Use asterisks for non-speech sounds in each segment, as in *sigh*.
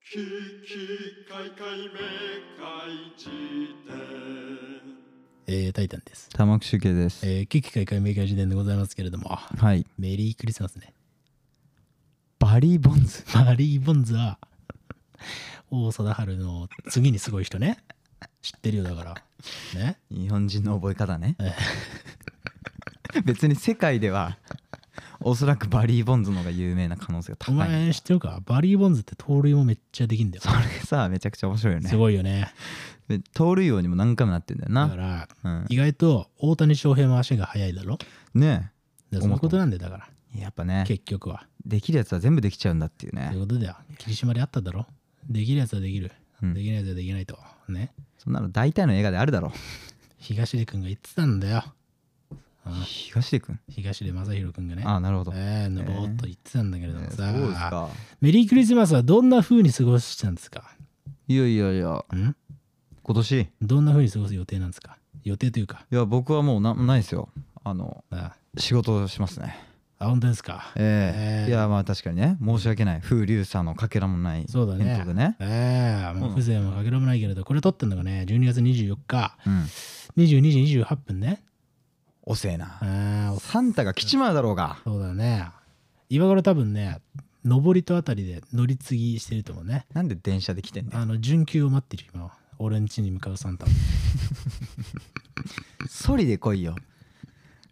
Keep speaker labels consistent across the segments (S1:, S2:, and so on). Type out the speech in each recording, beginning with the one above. S1: ききかいかいめかいじ
S2: えー、タイタンです。
S3: 玉木周慶です。
S2: えー、危機開会明快時点でございますけれども、
S3: はい。
S2: メリークリスマスね。 *laughs*
S3: バリー・ボンズ。
S2: マリー・ボンズは、 *laughs* 王貞治の次にすごい人ね。知ってるよ、だから。ね。
S3: 日本人の覚え方ね。 *laughs* 別に世界では、おそらくバリー・ボンズの方が有名な可能性が
S2: お
S3: 高い。
S2: 前知ってるかバリー・ボンズって盗塁もめっちゃできんだよ
S3: そ。れさ、めちゃくちゃ面白いよね
S2: す。ごいよね。
S3: で盗塁王にも何回もなってんだよ
S2: だか
S3: な。
S2: ら、
S3: うん、
S2: 意外と大谷翔平も足が速いだろ。
S3: ね
S2: でそのことなんで、だから、
S3: えやっぱね、
S2: 結局は。
S3: できるやつは全部できちゃうんだっていう
S2: という
S3: ね。
S2: ことだよ。霧島であっただろ。できるやつはできる。
S3: うん
S2: できないやつはできないと。ね。
S3: そんなの大体の映画であるだろ
S2: 東出君が言ってたんだよ。
S3: う。東出君。
S2: 東出正宏君がね。
S3: ああ、なるほど。
S2: ええのぼーっと言ってたんだけれど
S3: え
S2: も
S3: ー
S2: さ、
S3: そうですか。
S2: メリークリスマスはどんな風に過ごしたんですか
S3: いやいやいや、
S2: ん
S3: 今年、い
S2: どんな風に過ごす予定なんですか予定というか、
S3: や、僕はもうなないですよ。あの、
S2: あ、
S3: 仕事をしますね。
S2: あ本当ですか、
S3: え
S2: え
S3: え
S2: え
S3: いやまあ確かにね申し訳ない風流さのかけらもない
S2: そうだね
S3: 返答でね
S2: ええもう風情もかけらもないけれど、これ撮ってんのがね、12月24日、
S3: うん
S2: 22時28分ね。
S3: 遅えな
S2: ああ、お
S3: サンタが来ちまうだろうが
S2: そうだね。今頃多分ね、上りとあたりで乗り継ぎしてると思うね。
S3: なんで電車で来てんだよ
S2: あの、準急を待ってる今は。俺ん家に向かうサンタ。
S3: ソリで来いよ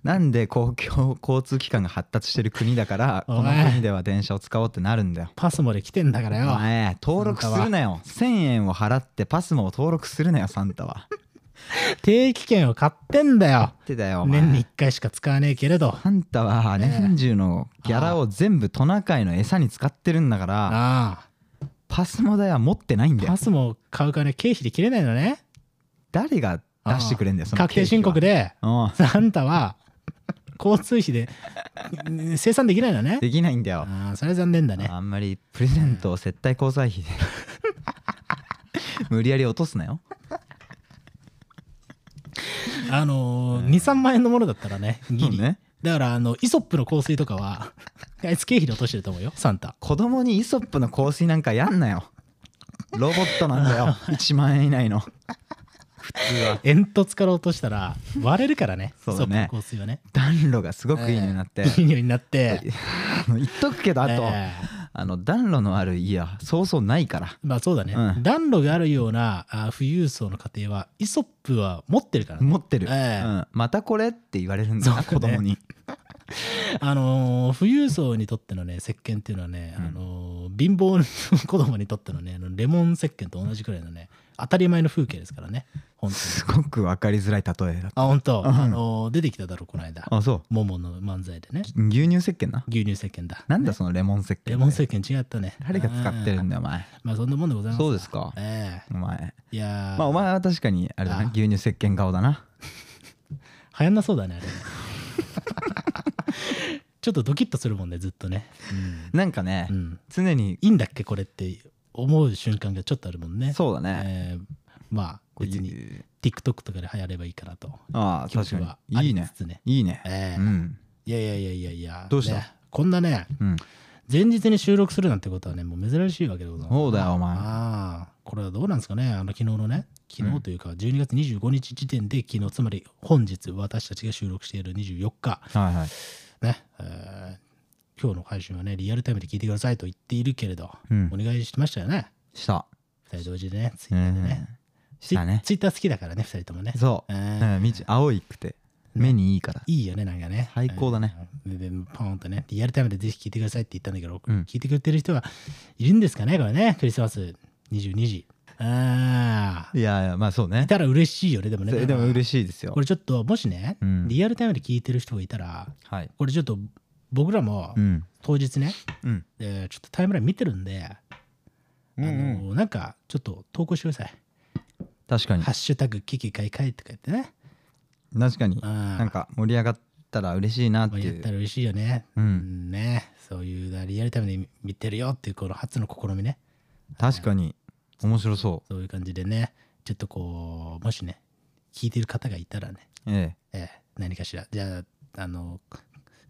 S3: なんで公共交通機関が発達してる国だからこ
S2: おい
S3: の国では電車を使おうってなるんだよ
S2: パスまで来てんだから
S3: お
S2: よ。
S3: 前登録するなよ1000円を払ってパスモを登録するなよサンタは
S2: 定期券を買ってんだよ。
S3: ってだよお前
S2: 年に1回しか使わねえけれど。
S3: サンタは年中のギャラを全部トナカイの餌に使ってるんだから
S2: あ
S3: パスモ代は持ってない
S2: あ。
S3: んだよ
S2: パスも買う金経費で切れないのね。
S3: 誰が出してくれんだよ、その
S2: 確定申告
S3: で。
S2: で、
S3: うん。
S2: サンタは交通費でうん生産できないのね。
S3: できないんだよ。
S2: ああ、それは残念だね。
S3: あんまりプレゼントを接待交際費で無理やり落とすなよ。
S2: あのー、2、3万円のものだったらね、ギ
S3: そう
S2: リ。
S3: ね
S2: だから、あの、イソップの香水とかは、 *laughs* あいつ経費で落としてると思うよ、サンタ。
S3: 子供にイソップの香水なんかやんなよ。ロボットなんだよ。1万
S2: *laughs*
S3: 円以内の。普通は。
S2: 煙突から落としたら割れるからね、
S3: そうだね
S2: イソップの香水はね。
S3: 暖炉がすごくいい匂いになって。
S2: いい匂いになって。
S3: あの言っとくけど、あと、
S2: ええ
S3: あの暖炉のある家はそうそうないから。
S2: まあそうだね、
S3: うん
S2: 暖炉があるようなあ富裕層の家庭はイソップは持ってるからね、
S3: 持ってる、
S2: ええ
S3: うん。またこれって言われるんだよな、
S2: そう
S3: 子
S2: だね
S3: 供に。
S2: *laughs* あのー富裕層にとってのね石鹸っていうのはね、
S3: うん
S2: あのー貧乏の子供にとってのねあのレモン石鹸と同じくらいのね当たり前の風景ですからね本当に
S3: すごく分かりづらい例えだ。
S2: あ本当、
S3: ん
S2: あのー出てきただろこの間
S3: あ、そ
S2: モモの漫才でね
S3: う。牛乳石鹸な。
S2: 牛乳石鹸だ
S3: なんだ
S2: ね
S3: そのレモン石鹸って
S2: レモン石鹸違ったね
S3: 誰が使ってるん
S2: だ
S3: だよお前
S2: まあそんなもんでございます
S3: そうですか
S2: ええ
S3: お前
S2: いやー
S3: まあお前は確かにあれだ
S2: あ
S3: な牛乳石鹸顔だな
S2: 流行んなそうだねあれ *laughs* ねちょっとドキッとするもんねずっとね、
S3: なんかね
S2: うんうん
S3: 常に
S2: いいんだっけこれって思う瞬間がちょっとあるもんね
S3: そうだね
S2: えーまあ
S3: こう
S2: 別に TikTok とかで流行ればいいかなと
S3: ああ
S2: 気持
S3: 確
S2: ち
S3: か
S2: はあ
S3: にい
S2: りつ
S3: いね
S2: つね
S3: いいね
S2: えー
S3: うん
S2: いやいやいやいやいや
S3: どうした
S2: ねこんなね
S3: うん
S2: 前日に収録するなんてことはねもう珍しいわけでございます
S3: そうだよお前
S2: ああこれはどうなんですかねあの昨日のね昨日というか12月25日時点で昨日つまり本日私たちが収録している24日
S3: はいはい
S2: ね、えー今日の配信はね、リアルタイムで聞いてくださいと言っているけれど、
S3: うん
S2: お願いしてましたよね。
S3: した
S2: 二人同時でね、ツイ
S3: う
S2: ッターでね
S3: ん。したね
S2: ツイツイッター好きだからね、二人ともね。
S3: そう
S2: えー
S3: うんみち青いくて目にいいから
S2: いいよね、なんかね。
S3: 最高だね
S2: うん。で、でポンとね、リアルタイムでぜひ聞いてくださいって言ったんだけど、
S3: うん
S2: 聞いてくれてる人はいるんですかね、これね、クリスマス22時。ああ、
S3: いやいやまあそうね
S2: いたら嬉しいよね、でも
S3: そ
S2: ね。
S3: れでも
S2: しい。
S3: 嬉しいですよ
S2: これちょっと、もしね、
S3: うん
S2: リアルタイムで聞いてる人がいたら、
S3: はい
S2: これちょっと僕らも
S3: うん
S2: 当日ね、
S3: うん
S2: えーちょっとタイムライン見てるんで、あのーなんかちょっと投稿してください。
S3: 確かに
S2: ハッシュタグキキカイカイって書いてね。
S3: 確かに
S2: あー
S3: なんか盛り上がったら嬉しいなっ
S2: まあ
S3: て
S2: や
S3: い
S2: っ
S3: う
S2: たら嬉しいよね。
S3: うん
S2: ねそういうリアルタイムで見てるよっていうこの初の試みね。
S3: 確かに面白そ
S2: そういう感じでね、ちょっとこう、もしね、聞いてる方がいたらね、
S3: うえ
S2: えー何かしら、じゃあ、あの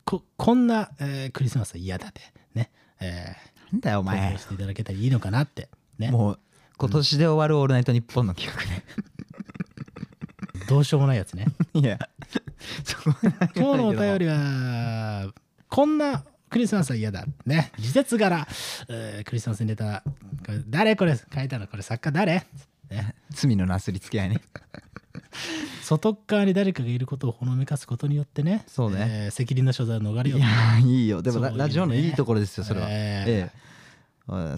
S2: ここんな、えークリスマスは嫌だで、ね、えー
S3: えなんだよお
S2: 投稿していただけたらいいのかなって。ね
S3: もう今年で終わる「オールナイトニッポン」の企画ね
S2: どうしようもないやつ
S3: *laughs*
S2: ね
S3: いやそこ
S2: 今日のお
S3: り
S2: 便りはこんなクリスマスは嫌だね時節柄、えークリスマスに出たこれ誰これ書いたのこれ作家誰
S3: 罪のなすりつけ合い
S2: *laughs*
S3: ね
S2: 外側に誰かがいることをほのめかすことによってね
S3: そうね
S2: えー責任の所在を逃れよ
S3: いう
S2: と
S3: やいいよでも
S2: そ
S3: ラ
S2: ういうね
S3: ラジオのいいところですよそれは
S2: ええ
S3: ええ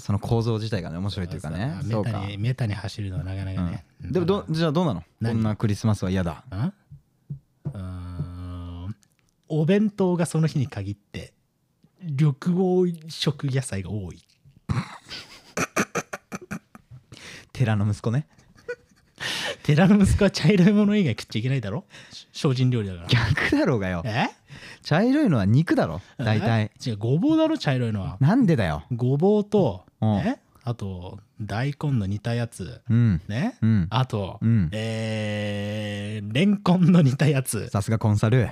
S3: その構造自体がね面白いというかね
S2: そ
S3: そう
S2: そ
S3: う
S2: うメタ
S3: か
S2: にメタに走るのはなかなかね、
S3: うんでもどじゃあどうなのこ
S2: 何
S3: んなクリスマスは嫌だ
S2: あうーんお弁当がその日に限って緑黄色野菜が多い
S3: 寺の息子ね
S2: 寺の息子は茶色いもの以外食っちゃいけないだろ精進料理だから
S3: 逆だろうがよ
S2: え
S3: 茶色いのは肉だろ大体
S2: え違うごぼうだろ茶色いのは
S3: なんでだよ
S2: ごぼうと
S3: うん
S2: えあと大根の煮たやつ
S3: うん
S2: ね
S3: うん
S2: あと、
S3: うん
S2: えーレンコンの煮たやつ
S3: さすがコンサル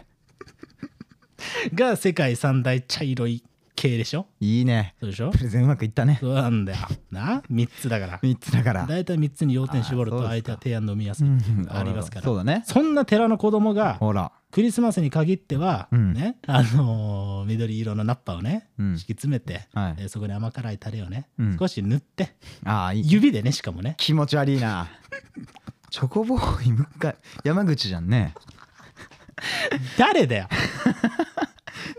S2: が世界三大茶色い系でしょ
S3: いいね
S2: そうでしょ
S3: プレゼンうまくいったね
S2: そうなんだよな3つだから
S3: 3つだから
S2: 大体3つに要点絞る
S3: あ
S2: と
S3: ーそうです
S2: 相
S3: か
S2: 手は提案のみやす
S3: う
S2: い
S3: ん
S2: ありますから
S3: そうだね
S2: そんな寺の子供が
S3: ほら
S2: クリスマスに限っては、
S3: うん
S2: ねあのー緑色のナッパをね、
S3: うん
S2: 敷き詰めて、
S3: はい
S2: えーそこに甘辛いタレをね、
S3: うん
S2: 少し塗って
S3: ああいい
S2: 指でねしかもね
S3: 気持ち悪いな *laughs* チョコボーイ向かい山口じゃんね
S2: 誰だよ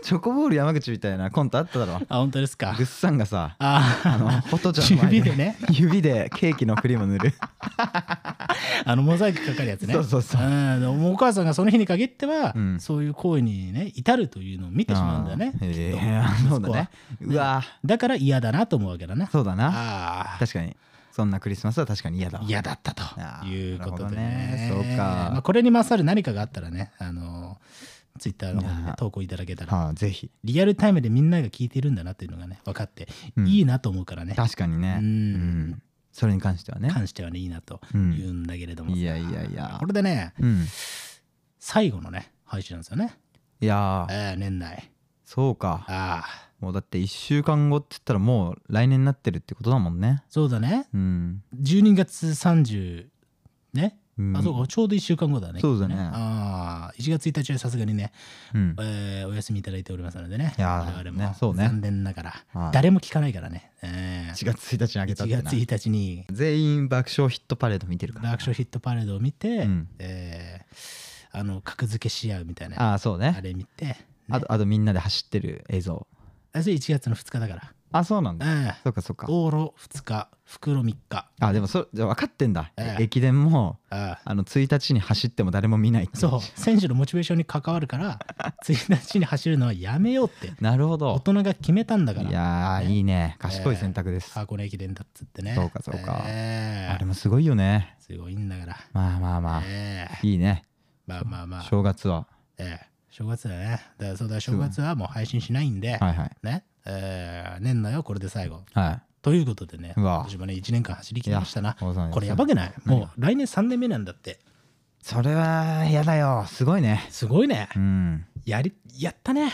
S3: チョコボール山口みたいなコントあっただろ
S2: あ本当ですか
S3: ぐっさんがさあ
S2: *laughs*
S3: の
S2: あ
S3: ホトちゃんの前
S2: 指でね
S3: 指でケーキのクリーム塗る
S2: ーあのモザイクかかるやつね
S3: そうそうそう
S2: うんでもお母さんがその日に限っては、
S3: うん
S2: そういう行為にね至るというのを見てしまうんだよね
S3: あ
S2: き
S3: ー
S2: っと
S3: えーそうだ
S2: 息子は
S3: ねうわ
S2: だから嫌だなと思うわけだな
S3: ーそうだな
S2: ああ
S3: 確かにそんなクリスマスは確かに嫌だわ
S2: 嫌だった
S3: あ
S2: と
S3: ー
S2: いうことで
S3: な
S2: ね
S3: るほどねそうか
S2: まあ、これに勝る何かがあったらねあのツイッターの方に
S3: いや
S2: ね投稿いただけたら
S3: はあぜひ
S2: リアルタイムでみんなが聞いてるんだなっていうのがね分かって、
S3: うん
S2: いいなと思うからね
S3: 確かにね
S2: う
S3: うんんそれに関してはね
S2: 関してはねいいなと
S3: う
S2: 言
S3: ん
S2: うんだけれどもさ、
S3: いやいやいや
S2: これでね
S3: うん
S2: 最後のね配信なんですよね、
S3: いやー
S2: えー年内
S3: そうか
S2: ああ
S3: もうだって1週間後って言ったらもう来年になってるってことだもんね
S2: そうだね
S3: うん
S2: 12月30ね、
S3: うん
S2: あそうかちょうど1週間後だね
S3: そうだね
S2: きっとああ1月1日はさすがにね、
S3: うん
S2: えーお休みいただいておりますのでね
S3: いやー
S2: 我々
S3: ね
S2: も
S3: そうね
S2: 残念ながら、
S3: はい
S2: 誰も聞かないからね、えー
S3: 1月1日にあげたっ
S2: 1
S3: てな
S2: 月1日に
S3: 全員爆笑ヒットパレード見てるから
S2: 爆笑ヒットパレードを見て、
S3: うん
S2: えーあの格付けし合うみたいなあ
S3: ああそうね
S2: れ見て、ね
S3: あとあとみんなで走ってる映像
S2: あそれ1月の2日だから
S3: あそうなんだ
S2: ああ
S3: そうかそうか
S2: 往路2日袋3日
S3: あでもそじゃあ分かってんだ、
S2: ええ
S3: 駅伝も
S2: ああ
S3: あの1日に走っても誰も見ないってい
S2: そう
S3: *laughs*
S2: 選手のモチベーションに関わるから1日に走るのはやめようって
S3: なるほ
S2: 大
S3: ど
S2: 人が決めたんだか
S3: い
S2: ら
S3: やーいいね賢い選択です、
S2: 箱根駅伝だっつってね
S3: そうかそうか
S2: ええ
S3: あれもすごいよね
S2: すごいんだから
S3: まあまあまあ
S2: ええ
S3: いいね
S2: まあまあまあ、
S3: 正月は
S2: ええ正月だねだからそうだ正月はもう配信しないんで、
S3: はいはい
S2: ねええ年内はこれで最後
S3: は
S2: ということでね
S3: うわ
S2: 私もね1年間走り切りましたない
S3: いやそうなんですよ
S2: これやばくないもう来年3年目なんだって
S3: それはやだよすごいね
S2: すごいね
S3: うん
S2: やりやったね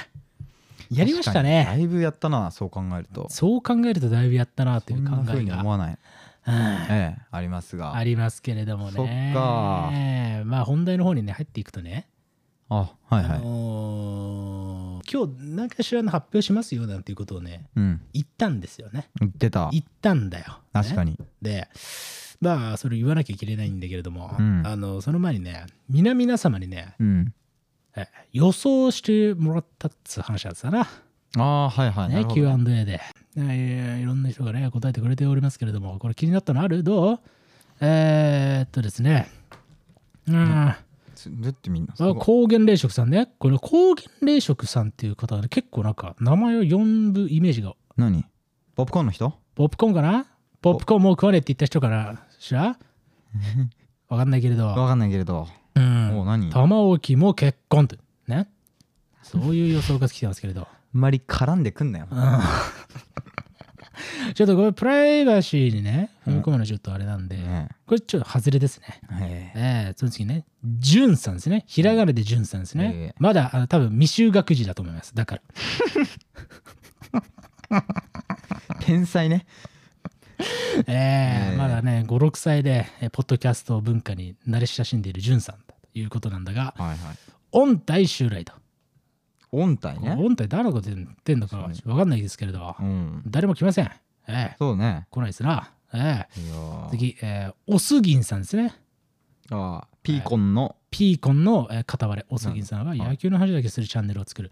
S2: やりましたね
S3: 確かにだいぶやったなそう考えると
S2: そう考えるとだいぶやったなと
S3: そ
S2: い
S3: ん
S2: う考
S3: な風
S2: え
S3: に
S2: が
S3: 思わないええありますが
S2: ありますけれどもね。
S3: そっか
S2: まあ本題の方にね入っていくとね、
S3: あはい
S2: あ
S3: はい
S2: のー今日何かしらの発表しますよなんていうことをね
S3: うん
S2: 言ったんですよね。
S3: 言ってた
S2: 言ったんだよ。
S3: 確か
S2: に。
S3: に
S2: でまあそれ言わなきゃいけないんだけれども、
S3: うん
S2: あのその前にね皆々様にね
S3: うん
S2: え予想してもらったっつう話だったな。
S3: ああーはいはい
S2: ね
S3: なる、ほど
S2: Q&A で、えーいろんな人がね答えてくれておりますけれどもこれ気になったのあるどうえー、っとですねうん
S3: つどうやってみんな
S2: あ高原冷食さんねこれ高原冷食さんっていう方がね結構なんか名前を呼ぶイメージが
S3: 何ポップコーンの人
S2: ポップコーンかなポップコーンもう食わねえって言った人かなし
S3: *laughs*
S2: らわかんないけれど、
S3: わかんないけれど
S2: う、
S3: もうん何あん
S2: 玉置も結婚とねそういう予想が来てますけれ
S3: *laughs*
S2: ど
S3: まり絡んでくんなよ
S2: ちょっとこれプライバシーにね踏み込むのはちょっとあれなんで、
S3: ね
S2: これちょっと外れですね。
S3: ええ
S2: ええその次ね、じゅんさんですね。ひらがなでじゅんさんですね。
S3: ええ
S2: まだあの多分未就学児だと思います。だから。
S3: 天才ね
S2: え
S3: え
S2: ー
S3: え
S2: まだね56歳でえーポッドキャスト文化に慣れ親しんでいるんさんだということなんだが
S3: はいはい
S2: 音体襲来と
S3: 音体ね
S2: 音体誰のこと言ってんのか
S3: そうね
S2: 分かんないですけれど、
S3: うん
S2: 誰も来ません、ええ
S3: そうね
S2: 来ないですな、ええ
S3: いやー
S2: 次、えー、おすぎんさんですね
S3: あーピーコンの
S2: ピーコンのえー片割れおすぎんさんは
S3: ん
S2: 野球の話だけするチャンネルを作る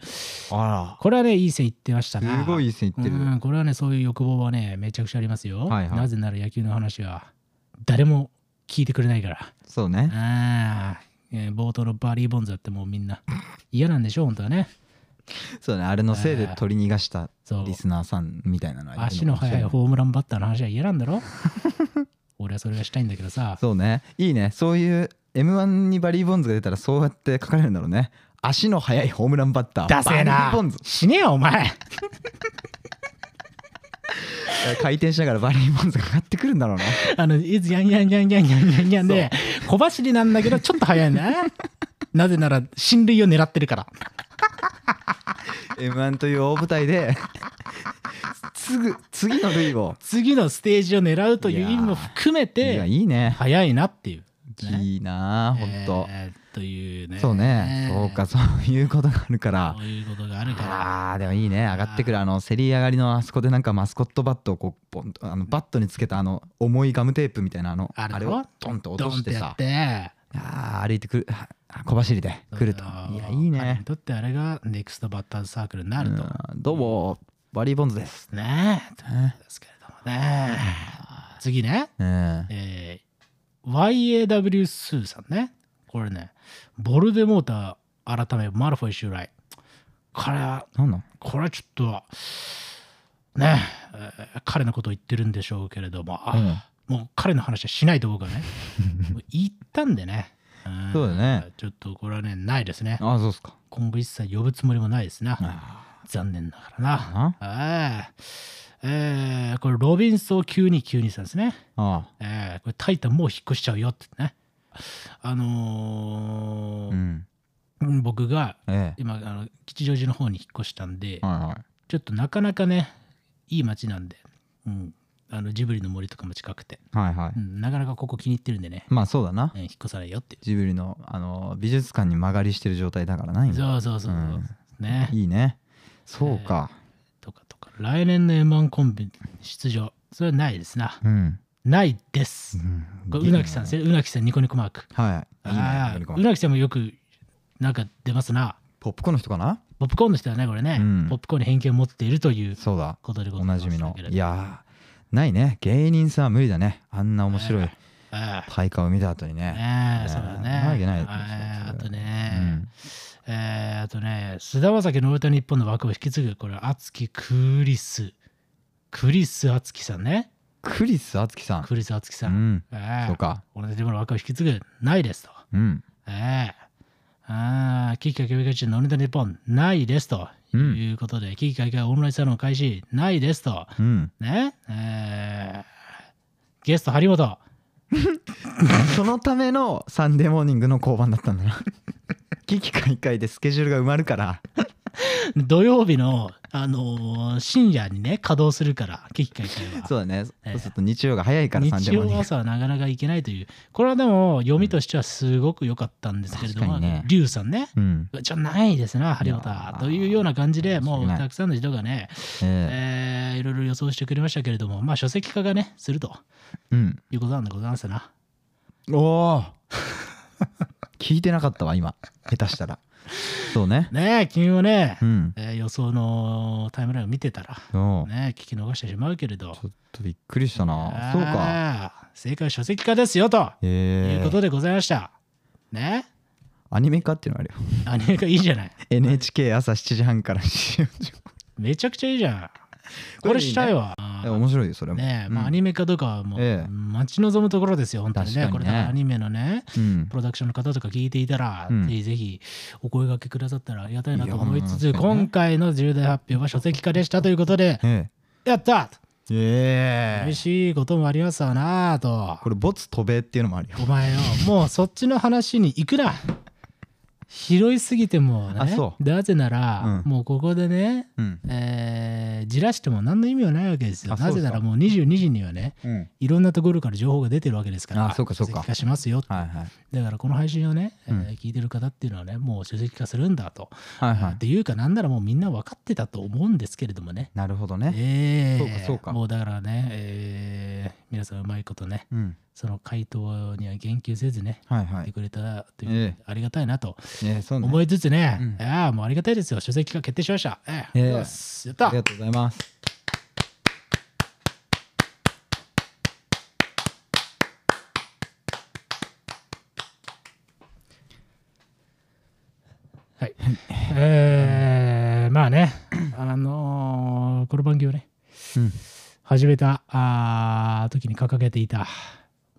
S3: あ
S2: これはねいい線いってました
S3: ら
S2: な
S3: すごいいい線いってる
S2: うんこれはねそういう欲望はねめちゃくちゃありますよ、
S3: はいはい
S2: なぜなら野球の話は誰も聞いてくれない
S3: *laughs*
S2: から
S3: そうね
S2: ああ、えー冒頭のバリーボンズだってもうみん
S3: *laughs*
S2: な嫌なんでしょ、本当はね。
S3: そうねあれのせいで取り逃がした
S2: そう
S3: リスナーさんみたいなのはいる
S2: 足の
S3: かもし
S2: 速
S3: れ
S2: い
S3: ない
S2: ホームランバッターの話は嫌なんだろ *laughs* 俺はそれがしたいんだけどさ。
S3: そうねいいねそういう m 1にバリー・ボンズが出たらそうやって書かれるんだろうね足の速いホームランバッター
S2: ダセえ
S3: バリ
S2: な
S3: ー・ボンズ
S2: 死ねよ、お
S3: *laughs*
S2: 前
S3: 回転しながらバリー・ボンズが上がってくるんだ
S2: *laughs*
S3: ろうな
S2: あの、いつやんやんやんやんやんやんやんで、小走りなんだけど、ちょっと
S3: *laughs*
S2: 速いね。なぜなら、進塁を狙ってるから。
S3: m 1という大舞台 *laughs* ですぐ次の類を
S2: 次のステージを狙うという意味も含め
S3: いや
S2: て、
S3: いいね
S2: 速いなっていう。
S3: いいなあほんと
S2: えーというね。
S3: そうねそうかそういうことがあるから
S2: そういうことがあるから。
S3: あーでもいいね上がってくるあの競り上がりのあそこでなんかマスコットバットをこうポンとあのバットにつけたあの重いガムテープみたいなあの
S2: あ
S3: あ
S2: れ
S3: れをドンと落として
S2: ドン
S3: さ
S2: ってやって
S3: あー歩いてくるあ小走りで来ると
S2: あー
S3: いやいい
S2: 彼に
S3: ね
S2: とってあれがネクストバッターズサークルになると。
S3: うんどうもバリー・ボンズです
S2: ねえ、ということですけれどもね。次ね、
S3: うん
S2: えー YAW スーさんね。これね、ボルデモーター改めマルフォイ襲来。これは、
S3: なんなん
S2: これはちょっと、ねえ、えー彼のことを言ってるんでしょうけれども、
S3: うん
S2: もう彼の話はしないと僕
S3: *laughs*
S2: はね、もう言ったんでね。ん
S3: そうだね。
S2: ちょっとこれはね、ないですね。
S3: ああそうっすか
S2: 今後一切呼ぶつもりもないですな。
S3: あ
S2: 残念ながらな。
S3: あ
S2: ああえーこれ、ロビンソン9292さんですね。
S3: あ
S2: えーこれ、タイタンもう引っ越しちゃうよってね。あの
S3: あう
S2: ー
S3: ん
S2: 僕が
S3: ええ
S2: 今あの、吉祥寺の方に引っ越したんで、
S3: はいはい
S2: ちょっとなかなかね、いい街なんで、うん、あのジブリの森とかも近くて、
S3: はいはい
S2: うん、なかなかここ気に入ってるんでね、
S3: まあそうだな
S2: うん引っ越さないよっていう。
S3: ジブリのあの美術館に間借りしてる状態だからな今
S2: そうそうそうそう。
S3: うん
S2: ね。
S3: いいねそうか
S2: とかとか、来年の M1 コンビ出場、それはないですな。
S3: うん
S2: ないです。これうなぎさん
S3: で
S2: ですすね。うなぎさん、ニコニコマーク。
S3: はいいい
S2: あー
S3: ねニコ
S2: う
S3: ニコ
S2: なぎさんもよくなんか出ますな。
S3: ポップコーンの人かな
S2: ポップコーンの人はね、これね、
S3: うん
S2: ポップコーンに偏見を持っているという
S3: そうだ
S2: ことでござ
S3: お
S2: いま
S3: な
S2: す
S3: じみの
S2: けれど
S3: いやーないね芸人さんは無理だねあんな面白い
S2: ああ
S3: 大会を見た後にね
S2: ねえ、そうだね。
S3: ないない
S2: あああと
S3: う
S2: ね、
S3: ん
S2: えーあとね、菅田将暉の歌日本の枠を引き継ぐ、これ、熱木クリス。クリス熱木さんね。
S3: クリス敦樹さん
S2: クリス熱木さ。
S3: うんん
S2: ええ
S3: そうか
S2: 俺の自分の枠を引き継ぐ、ないですと。
S3: うん
S2: ええああ、キキカキウイカチのネタ日本、ないですと。
S3: うん
S2: いうことで、キキカキオンラインサロン開始、ないですと。
S3: うん
S2: ねえーゲスト、張本。
S3: そのためのサンデーモーニングの交番だったんだな *laughs* 危機開会でスケジュールが埋まるから
S2: 土曜日の、あのー深夜にね、稼働するから、キキカキは。
S3: そうだね
S2: ええ
S3: そうすると日曜が早いからサン
S2: 日
S3: デーモーニ
S2: 曜
S3: ング
S2: 朝はなかなか行けないという、これはでも読みとしてはすごく良かったんですけれど
S3: 確
S2: も、
S3: かにね
S2: リュウさんね、
S3: うん
S2: じゃないですな、張本
S3: いや
S2: は。
S3: ー
S2: というような感じで、
S3: 申し
S2: もう
S3: 訳ない
S2: たくさんの人がね、
S3: ええ
S2: えーいろいろ予想してくれましたけれども、まあ書籍化がね、すると
S3: うん
S2: いうことなんでございますな。
S3: おお聞いてなかったわ今下手したらそうね
S2: ねえ、君もね、
S3: うん
S2: えー予想のタイムラインを見てたら、
S3: そう
S2: ねえ、聞き逃してしまうけれど、
S3: ちょっとびっくりしたなそうか
S2: あー。正解は書籍化ですよとい
S3: え
S2: う
S3: え
S2: ことでございました。ね
S3: アニメ化っていうのあるよ
S2: アニメ化いいじゃない。
S3: NHK 朝7時半から7時
S2: めちゃくちゃいいじゃん。
S3: こ
S2: こ
S3: れいいね
S2: れしたいわ。あー
S3: 面白いよそれも
S2: ねえ、まあ、
S3: うん
S2: アニメ化とかはも
S3: え
S2: う
S3: え
S2: 待ち望むところですよ、本当にね。
S3: 確
S2: こ
S3: か
S2: れ
S3: にね
S2: だからアニメのね、
S3: うん
S2: プロダクションの方とか聞いていたら、
S3: うん
S2: ぜひぜひお声掛けくださったらありがたいなと思いつ
S3: い
S2: つ、
S3: や本当にね
S2: 今回の重大発表は書籍化でしたということで、
S3: え
S2: やった
S3: えええ
S2: 嬉しいこともありますわなあと。
S3: これボツ飛べっていうのもあるよ
S2: お前よ、もうそっちの話に行くな。拾いすぎても
S3: あ
S2: ね
S3: そう
S2: なぜなら、
S3: うん
S2: もうここでね、
S3: うん
S2: えーじらしても何の意味はないわけですよ
S3: あそう
S2: な
S3: です
S2: ぜ
S3: か
S2: ならもう22時にはね
S3: うん
S2: いろんなところから情報が出てるわけですから
S3: あそうかそうか
S2: 書籍化しますよ、
S3: はいはい
S2: だからこの配信をね、えー
S3: うん
S2: 聞いてる方っていうのはねもう書籍化するんだと、
S3: はいは
S2: っ
S3: い
S2: ていうかなんならもうみんな分かってたと思うんですけれどもね
S3: なるほどね
S2: ええ
S3: そうかそうか
S2: もうだからね、えー皆さんうまいことね
S3: うん
S2: その回答には言及せずね
S3: はい
S2: 言
S3: は
S2: って
S3: い
S2: くれたという、
S3: ええ
S2: ありがたいなと
S3: えそうね
S2: 思いつつね、
S3: うん
S2: いやあもうありがたいですよ書籍化決定しました、ええ
S3: ええ
S2: よしやった
S3: ありがとうございます
S2: はいえーまあねあのーこの番組をね
S3: うん
S2: 始めたあー時に掲げていた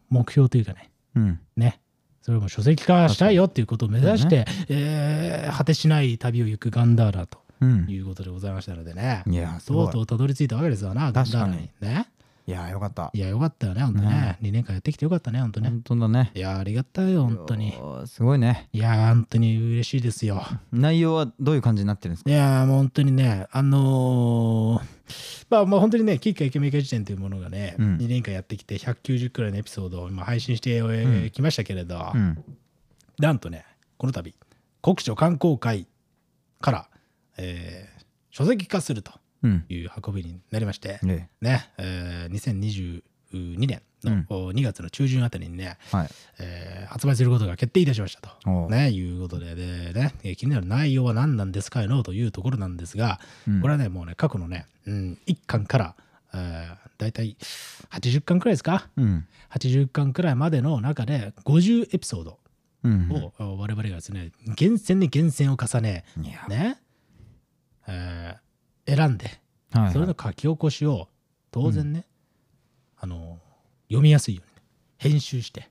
S2: 目標というかね
S3: うん
S2: ねそれも書籍化したいよっていうことを目指して、えー果てしない旅を行くガンダーラと
S3: うん
S2: いうことでございましたのでね、
S3: いやす
S2: と
S3: ご
S2: うと
S3: いう
S2: たどり着いたわけですよなガン
S3: 確
S2: ダ
S3: か
S2: ーラ
S3: に
S2: にね
S3: いやよかった
S2: いやよかったよね本当ね、2年間やってきてよかったね本当ね、
S3: 本当だね
S2: いやありがたいよ本当に
S3: おーすごいね
S2: いや本当に嬉しいですよ
S3: 内容はどういう感じになってるんですか
S2: いやもう本当にねあのーまあまあ本当にね「キッカイケメイカ辞典」というものがね、
S3: うん
S2: 2年間やってきて190くらいのエピソードを今配信してきましたけれど、
S3: うん
S2: なんとねこの度国書観光会から、えー書籍化すると
S3: うん
S2: いう運びになりまして、
S3: え
S2: ねえー2022年
S3: うん
S2: の2月の中旬あたりにね、
S3: えはい
S2: えー発売することが決定いたしましたと、
S3: おう
S2: ね、いうことでで、ね、えー気になる内容は何なんですかいのというところなんですが、
S3: うん
S2: これはねもうね過去のね、うん、1巻から、えー、大体80巻くらいですか
S3: うん
S2: 80巻くらいまでの中で50エピソード
S3: うん
S2: を我々がですね厳選に厳選を重ね
S3: いや
S2: ね、えー選んで
S3: はいはい
S2: それの書き起こしを当然ね、あの読みやすいようにね編集して、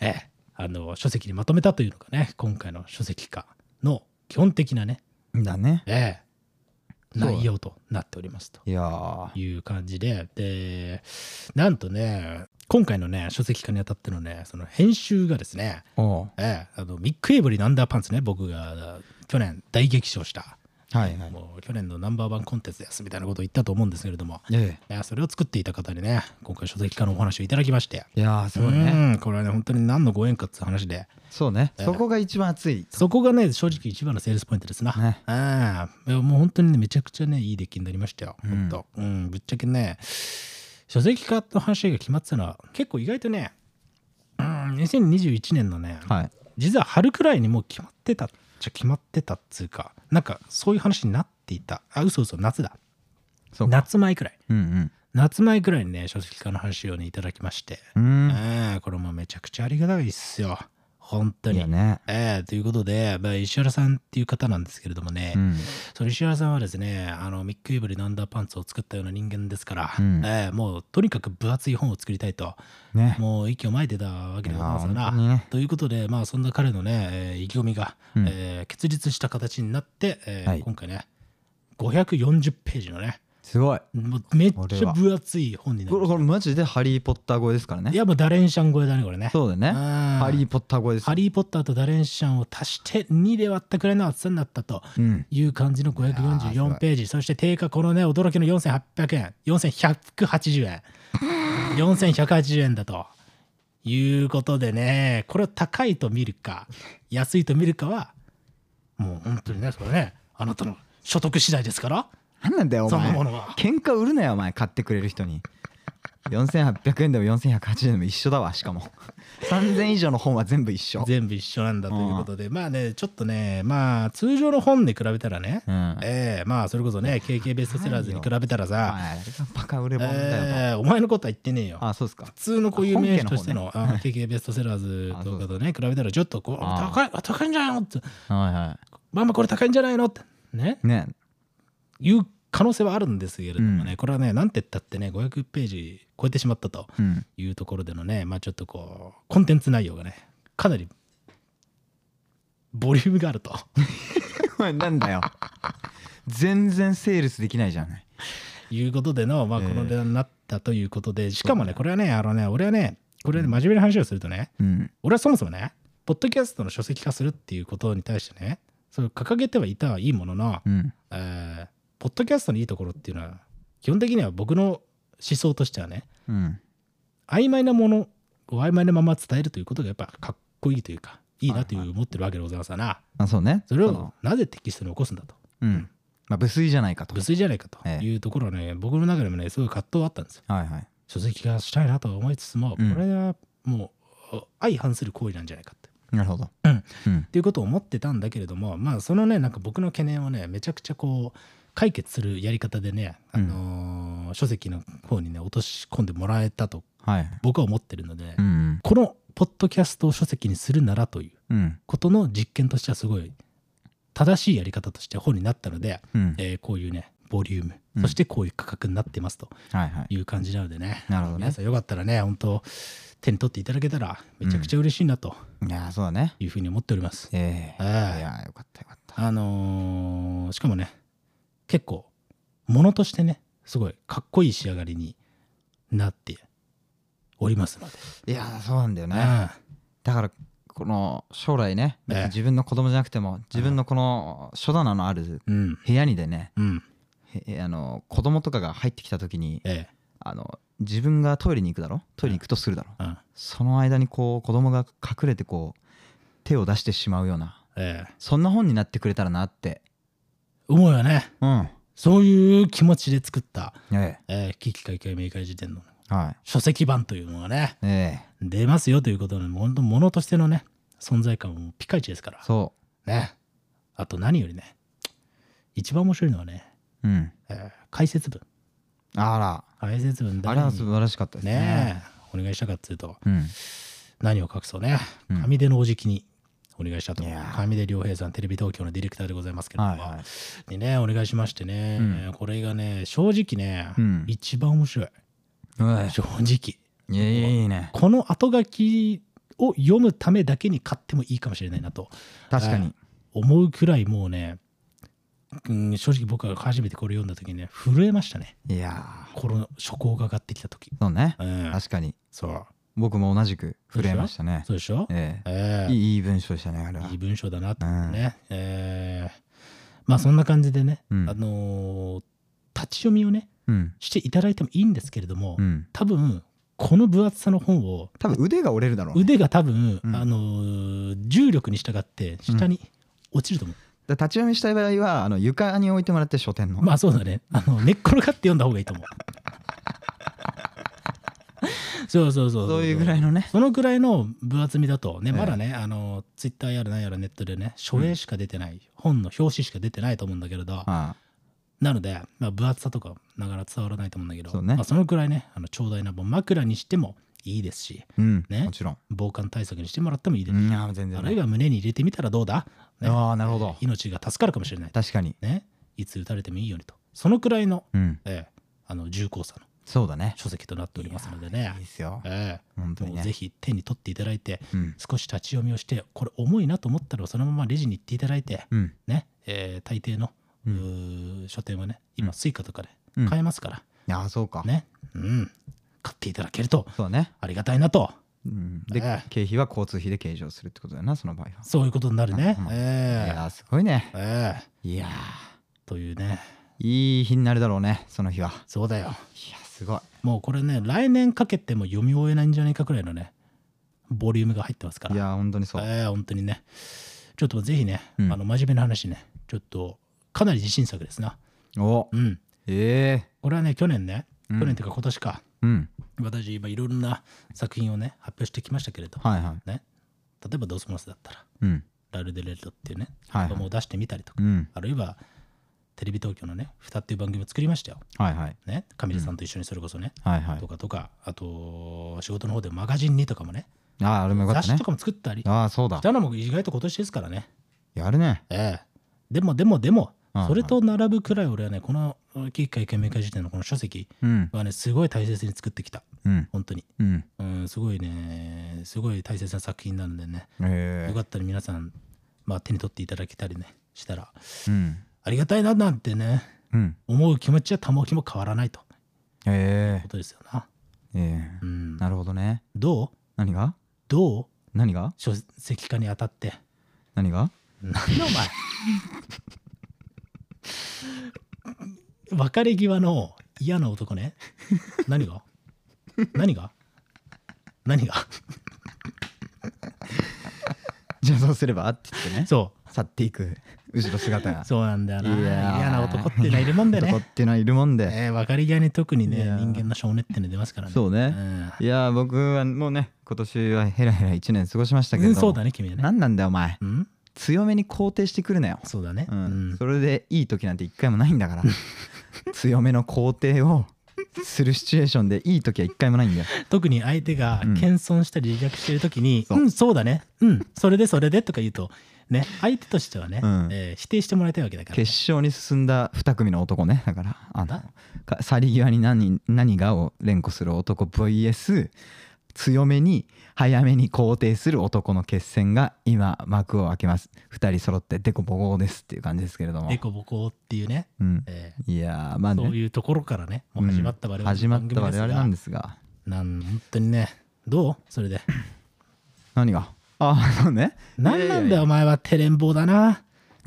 S2: ええあの書籍にまとめたというのがね今回の書籍化の基本的なね、
S3: だね
S2: ええ
S3: そう
S2: 内容となっておりますと
S3: いやー
S2: いう感じででなんとね今回のね書籍化にあたってのねその編集がですね
S3: おう
S2: ええ、あのミック・エイブリーのアンダーパンツね僕が去年大激賞した、
S3: はいはい
S2: もう去年のナンバーワンコンテンツですみたいなことを言ったと思うんですけれども、
S3: え
S2: いやそれを作っていた方にね今回書籍化のお話をいただきまして
S3: えいやーすごいね
S2: うんこれはね本当に何のご縁かって話で
S3: そうね
S2: ええ
S3: そこが一番熱い
S2: そこがね正直一番のセールスポイントですな、
S3: ね
S2: ああいやもう本当にねめちゃくちゃねいい出来になりましたよ、
S3: うん
S2: 本当うんぶっちゃけね書籍化の話が決まってたのは結構意外とねうん2021年のね、
S3: はい
S2: 実は春くらいにもう決まってたっちゃ決まってたっつうかなんかそういう話になっていたあ嘘嘘夏だ
S3: そうか
S2: 夏前くらい
S3: うん
S2: 夏前くらいにね書籍化の話をねいただきまして、
S3: うんう
S2: ええこれもめちゃくちゃありがたいっすよ本当
S3: んい
S2: に
S3: やね
S2: ええということで、まあ、石原さんっていう方なんですけれどもね、
S3: うん
S2: その石原さんはですねあのミック・イーブリのアンダーパンツを作ったような人間ですから、
S3: うん
S2: ええもうとにかく分厚い本を作りたいと
S3: ね
S2: もう息をまいてたわけでございますよ
S3: いや
S2: な
S3: 本当にね。
S2: ということで、まあ、そんな彼のね、えー意気込みが、
S3: うん
S2: えー結実した形になって、えー
S3: はい
S2: 今回ね、540ページのね、
S3: すごい
S2: もうめっ
S3: こ
S2: ち
S3: れ
S2: ゃ
S3: は
S2: 分厚い本にな
S3: こ
S2: る
S3: れ。これマジでハリー・ポッター超えですから
S2: い
S3: ね
S2: や、もうダレンシャン超えだね、これね。
S3: そうだね
S2: ハ
S3: ハリー・ポッター超えです
S2: ハリー・ポッターとダレンシャンを足して2で割ったくらいの厚さになったと
S3: うん
S2: いう感じの
S3: いやーすご
S2: 544
S3: い
S2: ページ、そして定価、このね、驚きの4800円、4180円、4180円だと。いうことでね、これを高いと見るか、安いと見るかは、もう本当にね、それね、あなたの所得次第ですから、
S3: なんなんだよお
S2: そんな
S3: 前
S2: ものは。
S3: 喧嘩売るなよお前買ってくれる人に4800円でも4180円でも一緒だわしかも3000以上の本は全部一緒
S2: 全部一緒なんだということで、まあね、ちょっとね、まあ通常の本で比べたらね、
S3: うん
S2: ええまあそれこそね、KK ベストセラーズに比べたらさ、
S3: はいバカ売れもんだよ
S2: えーお前のことは言ってねえよ
S3: と。あそうですか
S2: 普通のこういう名詞としてのあ KK ベストセラーズとかと *laughs* ね比べたらちょっとこう
S3: あ
S2: 高いあ高いんじゃないのって
S3: はいは
S2: ママこれ高いんじゃないのってね
S3: いね
S2: いう可能性はあるんですけれどもね、これはねなんて言ったってね500ページ超えてしまったと
S3: うん
S2: いうところでのねまあちょっとこうコンテンツ内容がねかなりボリュームがあると
S3: お前なんだよ全然セールスできないじゃない
S2: いうことでのまあこの値段になったということでしかもねこれはねあのね俺はねこれね真面目に話をするとね
S3: うん
S2: 俺はそもそもねポッドキャストの書籍化するっていうことに対してね、それを掲げてはいたはいいものの、
S3: うん
S2: えーポッドキャストのいいところっていうのは、基本的には僕の思想としてはね、
S3: うん
S2: 曖昧なものを曖昧なまま伝えるということがやっぱかっこいいというか、いいなという思ってるわけでございますわな。
S3: まあそうね
S2: それを
S3: の
S2: なぜテキストに起こすんだと。
S3: うんまあ無粋じゃないかと
S2: 無粋じゃないかと
S3: ええ
S2: いうところはね、僕の中でもね、すごい葛藤はあったんですよ。
S3: はいはい
S2: 書籍化したいなとは思いつつも、
S3: うん
S2: これはもう相反する行為なんじゃないかって。
S3: なるほど
S2: うん
S3: うん
S2: っていうことを思ってたんだけれどもまあそのねなんか僕の懸念をねめちゃくちゃこう解決するやり方でね、あのー書籍の方にね落とし込んでもらえたと
S3: はいはい
S2: 僕は思ってるので、
S3: うん
S2: このポッドキャストを書籍にするならという
S3: うん
S2: ことの実験としてはすごい正しいやり方として本になったので、
S3: うん
S2: えーこういうねボリューム、
S3: うん
S2: そしてこういう価格になってますと
S3: はいはい
S2: いう感じなのでね
S3: なるほど
S2: 皆
S3: ね
S2: さんよかったらね本当手に取っていただけたらめちゃくちゃ嬉しいなと
S3: いやーそうだね
S2: いうふうに思っております。
S3: ええ
S2: はい
S3: いやーよかったよかった
S2: あのーしかもね結構ものとしてねすごいかっこいい仕上がりになっておりますので、
S3: いやーそうなんだよ
S2: う
S3: ね
S2: ん
S3: だからこの将来ね別
S2: ええ
S3: に自分の子供じゃなくても自分のこの書棚のある
S2: うん
S3: 部屋にでね
S2: うん
S3: へあの子供とかが入ってきた時に
S2: ええ
S3: あの自分がトイレに行くだろトイレに行くとするだろ
S2: うん
S3: その間にこう子供が隠れてこう手を出してしまうような
S2: ええ
S3: そんな本になってくれたらなって
S2: 思うよね
S3: うん
S2: そういう気持ちで作った
S3: え
S2: 「えー、危機解決明快辞典」の
S3: えはい
S2: 書籍版というのがね
S3: え
S2: 出ますよということの本当ものとしてのね存在感もピカイチですか
S3: え
S2: ら
S3: そ
S2: ねあと何よりね一番面白いのはね、
S3: ううん
S2: えー解説文
S3: あ
S2: 解説文
S3: ら
S2: だ
S3: あれは素晴らしかったですね
S2: ねえ、お願いしたかっていうと、
S3: うん
S2: 何を隠そうね、
S3: うん
S2: 上出のおじきにお願いしたと、
S3: いやー
S2: 上出良平さん、テレビ東京のディレクターでございますけれども、
S3: はいはい
S2: にね、お願いしましてね、
S3: うん
S2: これがね、正直ね、
S3: うん
S2: 一番面白い、
S3: うい
S2: 正直。
S3: いやいいね
S2: この後書きを読むためだけに買ってもいいかもしれないなと
S3: 確かに
S2: 思うくらい、もうね、うん正直僕が初めてこれ読んだ時にね、震えましたね、
S3: いや
S2: この初稿が上がってきた時
S3: ーそうね
S2: うん、
S3: 確かに
S2: そう、
S3: 僕も同じく震えましたね
S2: そうでしょ、
S3: え
S2: ええ
S3: えいいいい文章でしたねあれはい
S2: い文章だなと
S3: う
S2: 思
S3: ん
S2: ってね、えーまあそんな感じでね、
S3: うん
S2: あのー立ち読みをね
S3: うん
S2: していただいてもいいんですけれども、
S3: うん
S2: 多分この分厚さの本を
S3: 多分腕が折れるだろうね
S2: 腕が多分、
S3: うん
S2: あのー重力に従って下に落ちると思う、
S3: だから立ち読みしたい場合はあの床に置いてもらって書店の
S2: まあそうだねあの寝っ転がって読んだ方がいいと
S3: *laughs*
S2: 思うそうそうそう
S3: そういうぐらいのね
S2: そのくらいの分厚みだとね、
S3: ええ
S2: まだね、あの、ツイッターやらなんやらネットでね、書影しか出てない、本の表紙しか出てないと思うんだけれど、
S3: あ
S2: なので、まあ、分厚さとかながら伝わらないと思うんだけど、
S3: そうね
S2: まあ、そのくらいね、あの長大なもう枕にしてもいいですし、
S3: うん
S2: ね
S3: もちろん
S2: 防寒対策にしてもらってもいいで
S3: い
S2: すし、
S3: や全
S2: あ
S3: 然
S2: るいは胸に入れてみたらどうだ、ね
S3: ああなるほど
S2: 命が助かるかもしれない。
S3: 確かに
S2: ね、いつ撃たれてもいいようにと。そのくらいの、
S3: うん
S2: ええあの重厚さの
S3: そうだね
S2: 書籍となっておりますので
S3: いい
S2: ね
S3: っ、すよ
S2: え
S3: 本
S2: え
S3: 当に
S2: もうぜ
S3: ね
S2: ひ手に取っていただいて、
S3: うん
S2: 少し立ち読みをしてこれ重いなと思ったらそのままレジに行っていただいて、
S3: うん
S2: ねえー大抵の、
S3: うん
S2: うー書店はね今
S3: うん
S2: スイカとかで
S3: うん
S2: 買えますから、
S3: ああそうか
S2: ね、うん、買っていただけると
S3: そうだね
S2: ありがたいなと
S3: うんで
S2: ええ
S3: 経費は交通費で計上するってことだよなその場合は
S2: そういうことになるね
S3: う。んい
S2: え
S3: やーすごいね
S2: えええ
S3: いや
S2: というね
S3: ーいい日になるだろうねその日は
S2: そうだよ
S3: いやすごい
S2: もうこれね来年かけても読み終えないんじゃないかくらいのねボリュームが入ってますから
S3: いやー本当にそう
S2: ええ本当にねちょっとぜひね、
S3: うん
S2: あの真面目な話ねちょっとかなり自信作ですな。
S3: お
S2: うん
S3: ええ
S2: 俺はね去年ね
S3: うん
S2: 去年というか今年か、
S3: うん
S2: 私今いろんな作品をね発表してきましたけれど、
S3: はいはい
S2: ね、例えば「ドスモス」だったら
S3: うん
S2: 「ラルデレルト」っていうね
S3: はいはい
S2: もを出してみたりとか、
S3: うん
S2: あるいはテレビ東京のね「ふた」っていう番組を作りましたよ、
S3: はいはい
S2: ね、上地さんと一緒にそれこそね、
S3: はいはい
S2: とかとかあと仕事の方でマガジンにとかもね
S3: あああれもよかっ
S2: 雑
S3: た
S2: 誌
S3: ね
S2: とかも作ったりし
S3: ああそうだ
S2: たのも意外と今年ですからね
S3: やるね
S2: ええでもでもでも
S3: うんうん
S2: それと並ぶくらい俺はねこの「機械見明会時点」のこの書籍
S3: うん
S2: はねすごい大切に作ってきた
S3: うん
S2: 本当に
S3: うん
S2: うん、すごいね、すごい大切な作品なのでね、
S3: え
S2: よかったら皆さん、まあ、手に取っていただけたりね、したら、
S3: えうん
S2: ありがたいななんてね、
S3: うん
S2: 思う気持ちは保きも変わらないという
S3: え
S2: ことですよな。
S3: えええ
S2: うん、
S3: なるほどね
S2: どう
S3: 何が
S2: どう
S3: 何が
S2: 書籍化にあたって
S3: 何が
S2: なんだお前別れ際の嫌な男ね何が何が何が
S3: じゃあそうすればって言ってね
S2: そ
S3: 去っていく後ろ姿が
S2: うそうなんだよな
S3: やー
S2: 嫌な男ってのはいるもんでね、
S3: 男ってのはいるもんで、
S2: えー別れ際に特にね
S3: いやー
S2: 人間の性根っての出ますからね
S3: そうね
S2: ん
S3: いやー僕はもうね今年はヘラヘラ1年過ごしましたけ
S2: う
S3: ど、
S2: ん、そうだね君はね
S3: 何なんだよお前
S2: うん
S3: 強めに肯定してくるなよ、
S2: そうだね
S3: う
S2: うんん
S3: それでいい時なんて一回もないんだから
S2: *laughs*
S3: 強めの肯定をするシチュエーションでいい時は一回もないんだよ
S2: 特に相手が
S3: うん
S2: 謙遜したり自虐してる時に「
S3: そう
S2: うんそうだねうんそれでそれで」とか言うとね相手としてはね、
S3: うん
S2: えー否定してもらいたいわけだからね、
S3: 決勝に進んだ2組の男ねだからあの
S2: だ
S3: か去り際に何何がを連呼する男 VS 強めに早めに肯定する男の決戦が今幕を開けます2人揃ってデコボコですっていう感じですけれども、
S2: デコボコっていうね、
S3: うん、
S2: え
S3: いやーまあ
S2: ーそう
S3: ね
S2: いうところからねもう始まった我々の
S3: 始まった我々なん
S2: で
S3: ですが
S2: すがなん本当にねどうそれで
S3: 何が *laughs* ああそうね
S2: 何なんだよお
S3: よ
S2: 前はテレンボだな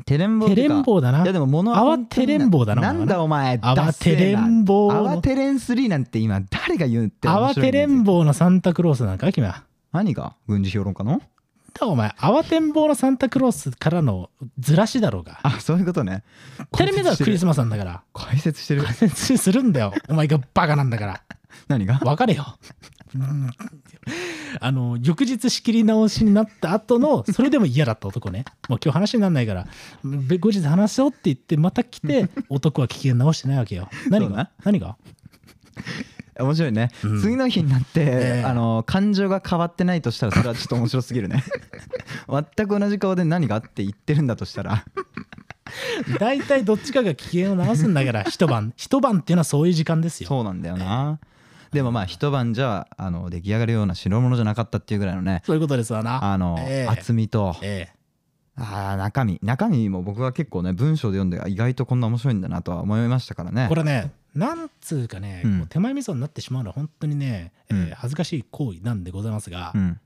S3: テレンボ
S2: テレンボだない
S3: やでも物は本当
S2: 慌
S3: に
S2: てれんぼだな
S3: なんだお前
S2: お前は
S3: ダッ
S2: 慌て
S3: セーな
S2: れんぼ
S3: 慌てれん3なんて今誰が言うって面
S2: 慌
S3: 白い
S2: て
S3: んだ
S2: れ
S3: よ
S2: んぼうのサンタクロースなんか君は
S3: 何が軍事評論家の
S2: だお前慌てんぼうのサンタクロースからのずらしだろうが
S3: あそういうことね
S2: *laughs* テレビではクリス
S3: マス
S2: マスなんだ
S3: *laughs*
S2: から
S3: 解説してる
S2: 解説するんだよお前がバカなんだから
S3: 何が
S2: 分かれようんあの翌日仕切り直しになった後のそれでも嫌だった男ねもう今日話にならないからべ後日話そうって言ってまた来
S3: *laughs*
S2: て男は聞き直してないわけよ何
S3: そうな
S2: が何が
S3: 面白いね、
S2: うん
S3: 次の日になって、
S2: ええ
S3: あの感情が変わってないとしたらそれはちょっと面白すぎるね *laughs* 全く同じ顔で何があって言ってるんだとしたら
S2: 大体どっちかが危険を直すんだから一晩一晩っていうのはそういう時間ですよ
S3: そうなんだよなでもまあ一晩じゃあの出来上がるような白物じゃなかったっていうぐらいのね
S2: そういうことですわな
S3: あの、
S2: ええ
S3: 厚みと、
S2: え
S3: あー中身中身も僕は結構ね文章で読んであ意外とこんな面白いんだなとは思いましたから
S2: え
S3: ね
S2: これねなんつうかね、
S3: うん
S2: こう手前味噌になってしまうのは本当にね、えー
S3: うん
S2: 恥ずかしい行為なんでございますが、
S3: うん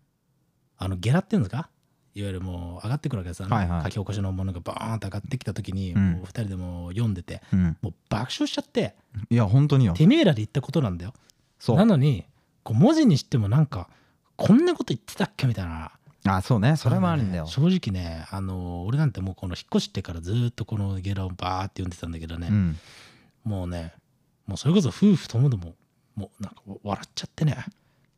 S2: あのゲラっていうんですかいわゆるもう上がってくるわけですよ、
S3: はいはい
S2: 書き起こしのものがバーンと上がってきた時に、
S3: うん
S2: もう2人でもう読んでて
S3: うん
S2: もう爆笑しちゃって
S3: いや本当によ
S2: てめえらで言ったことなんだよ
S3: そう
S2: なのにこう文字にしてもなんかこんなこと言ってたっけみたいな
S3: あそうねそれもあるんだよ、
S2: 正直ねあの俺なんてもうこの引っ越してからずーっとこのゲラをバーって読んでたんだけどね、
S3: うん、
S2: もうねもうそれこそ夫婦ともどももうなんか笑っちゃってね、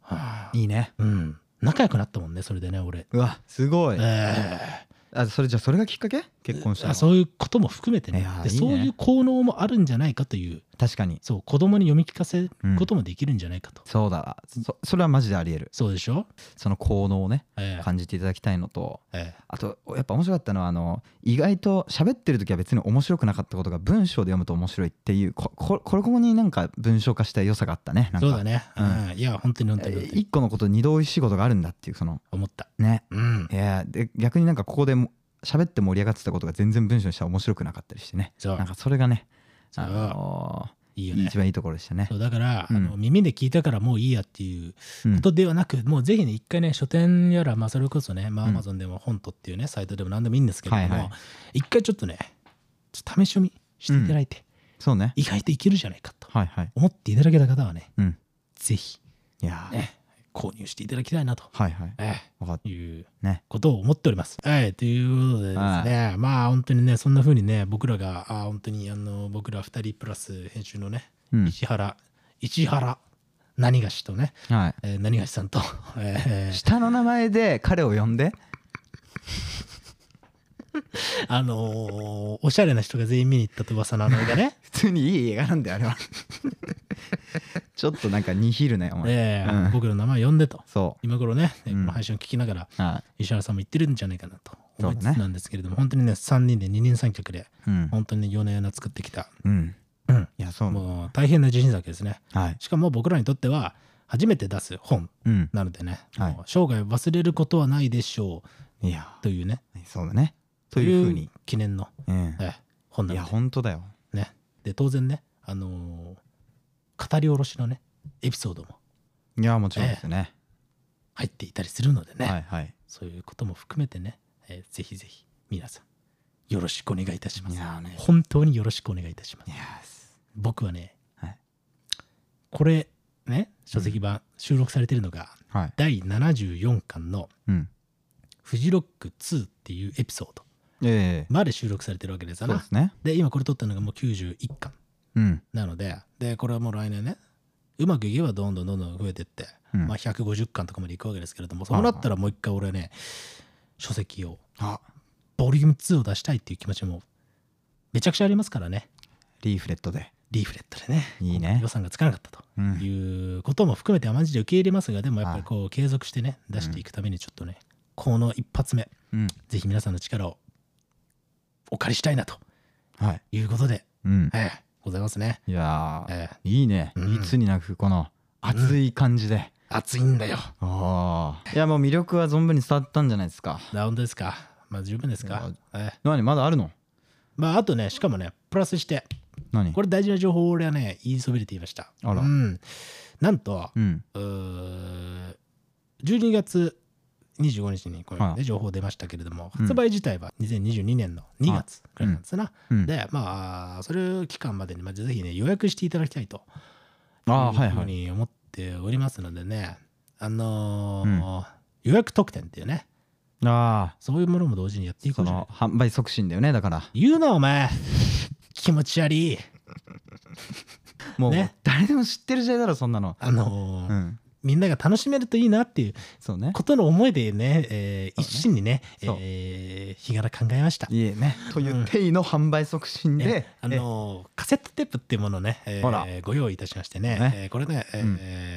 S2: はあ
S3: いいね
S2: うん仲良くなったもんねそれでね俺
S3: うわすごい
S2: ええ
S3: あそれじゃあそれがきっかけ結婚したの
S2: あそういうことも含めて
S3: い
S2: ね
S3: やー
S2: で
S3: いいね
S2: そういう効能もあるんじゃないかという
S3: 確かに
S2: そう子供に読み聞かせることもできるんじゃないかと、
S3: そうだそそれはマジであり得る
S2: そうでしょ、
S3: その効能をね
S2: ええ
S3: 感じていただきたいのと
S2: え
S3: あとやっぱ面白かったのはあの意外と喋ってる時は別に面白くなかったことが文章で読むと面白いっていうこここれここになんか文章化した良さがあったね
S2: え
S3: なんか
S2: そうだね、うんいや本当に本当に本当に
S3: 一個のことに二度おいしいことがあるんだっていうその
S2: 思った
S3: ね
S2: うん
S3: いやで逆になんかここでも喋って盛り上がってたことが全然文章にしたら面白くなかったりしてね
S2: そう
S3: なんかそれがね
S2: そう
S3: あの
S2: いいよ
S3: ー
S2: ね
S3: 一番いいところでしたね
S2: そうだから、
S3: うん
S2: あの耳で聞いたからもういいやっていう
S3: うん
S2: ことではなく、もうぜひね一回ね書店やら、まあ、それこそね、まあ、
S3: うん
S2: Amazon でも本とっていうねサイトでも何でもいいんですけれども、
S3: はいはい
S2: 一回ちょっとねちょっと試し読みしていただいて、
S3: そうね
S2: 意外といけるじゃないかと
S3: はいはい
S2: 思っていただけた方はね
S3: うん
S2: ぜひ
S3: いやー
S2: ね、購入していただきたいなと、
S3: はいはい
S2: え
S3: 分かっ
S2: えいう
S3: たね
S2: ことを思っております。はい、ということでですね、まあ本当にね、そんな風にね、僕らが、あ本当にあの僕ら2人プラス編集のね、
S3: うん
S2: 石原、石原、何がしとね、
S3: はい
S2: えー何がしさんと、えー
S3: 下の名前で彼を呼んで
S2: あのーおしゃれな人が全員見に行ったと噂のあの映画
S3: *laughs*
S2: ね、
S3: 普通にいい映画なんだよあ
S2: *laughs*
S3: れはちょっとなんかニヒルねお前
S2: ええ
S3: うん
S2: 僕らの名前呼んでと、
S3: そ
S2: 今頃ね、えー
S3: うん
S2: この配信を聞きながら、
S3: うは
S2: 石原さんも言ってるんじゃないかなと思いつつ
S3: そうだね
S2: なんですけれども、本当にね、3人で二人三脚で、
S3: いうん
S2: 本当に夜な夜な作ってきた、
S3: うん
S2: うん
S3: いやそう
S2: もう大変な自信作ですね。
S3: はい
S2: しかも僕らにとっては初めて出す本
S3: うん
S2: なのでね、
S3: はい
S2: もう生涯忘れることはないでしょ
S3: いや
S2: うというね、
S3: そうだねというふうに
S2: 記念の、
S3: うん
S2: ええ本ない
S3: や
S2: ので,、
S3: 本当だよ
S2: ね、で当然ね、あのー語り下ろしのねエピソードも
S3: いやもちろんですよね
S2: 入っていたりするのでね、
S3: はいはい
S2: そういうことも含めてね、えーぜひぜひ皆さんよろしくお願いいたします
S3: いやーね
S2: 本当によろしくお願いいたします
S3: いやーす
S2: 僕はね、
S3: はい
S2: これね書籍版収録されてるのが
S3: はい
S2: 第74巻の
S3: うん
S2: 「フジロック2」っていうエピソード
S3: ええ
S2: まで収録されてるわけです
S3: そう
S2: な
S3: ですね
S2: で今これ撮ったのがもう91巻
S3: うん
S2: なのででこれはもう来年ねうまくいけばどんどんどんどん増えてって、
S3: うん
S2: まあ、150巻とかまでいくわけですけれどもそうなったらもう一回俺はね書籍を
S3: あ
S2: ボリューム2を出したいっていう気持ちもめちゃくちゃありますからね
S3: リーフレットで
S2: リーフレットでね
S3: いいね
S2: 予算がつかなかったと
S3: うん
S2: いうことも含めてマジで受け入れますがでもやっぱりこう継続してね出していくためにちょっとねこの一発目
S3: うん
S2: ぜひ皆さんの力をお借りしたいなと
S3: はい
S2: いうことで、
S3: うん
S2: ええございますね、
S3: いやー
S2: ええ
S3: いいね
S2: うん
S3: いつになくこの熱い感じで
S2: 熱いんだよ
S3: ああいやもう魅力は存分に伝わったんじゃないですか
S2: ラウンドですかまあ十分ですか、ええ
S3: 何まだあるの
S2: まああとねしかもねプラスして
S3: 何
S2: これ大事な情報を俺はね言いそびれていました
S3: あら
S2: うん、なんと
S3: うん
S2: うー12月25日にこれ、ね
S3: はい
S2: 情報出ましたけれども、
S3: うん
S2: 発売自体は2022年の2月くらいなんですな。
S3: うん
S2: で、まあ、それ期間までに、まあ、ぜひね、予約していただきたいと
S3: ああ
S2: いう
S3: はい
S2: ふ
S3: は
S2: う
S3: い
S2: に思っておりますのでね、あのー予約特典っていうね、
S3: ああ
S2: そういうものも同時にやっていこ
S3: そう
S2: じゃない
S3: の販売促進だよねだから
S2: 言うな、お前気持ち悪い。
S3: もう
S2: ね
S3: 誰でも知ってる時代だろそんなの
S2: あのー
S3: うん
S2: みんなが楽しめるといいなっていう
S3: そうね
S2: ことの思いでね、えー一心にね、
S3: そう
S2: えー日柄考えました。
S3: いえねという定位の販売促進で
S2: えあ
S3: え
S2: のーカセットテープっていうものをね、えー
S3: ほら
S2: ご用意いたしましてね、
S3: ね
S2: えーこれね、え
S3: う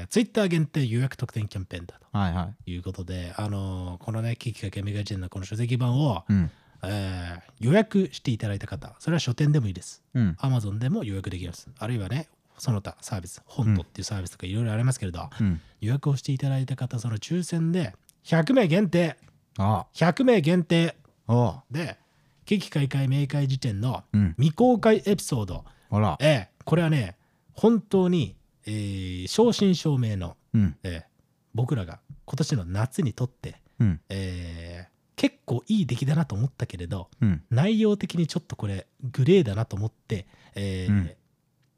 S3: ん
S2: ツイッター Twitter 限定予約特典キャンペーンだと
S3: はいはい
S2: いうことで、あのーこのね、キキカケメガジェンのこの書籍版を、
S3: うん
S2: えー予約していただいた方、それは書店でもいいです。
S3: うん
S2: Amazon でも予約できます。あるいはね、その他サービス、ホントっていうサービスとかいろいろありますけれど、
S3: うん
S2: 予約をしていただいた方、その抽選で100名限定、
S3: あ
S2: 100名限定
S3: あああ
S2: で、危機開会明快時点の
S3: うん
S2: 未公開エピソード、
S3: ほら
S2: ええ、これはね、本当に、えー正真正銘の、
S3: うん
S2: ええ僕らが今年の夏にとって、
S3: うん
S2: えー結構いい出来だなと思ったけれど、
S3: うん
S2: 内容的にちょっとこれ、グレーだなと思って、えー
S3: うん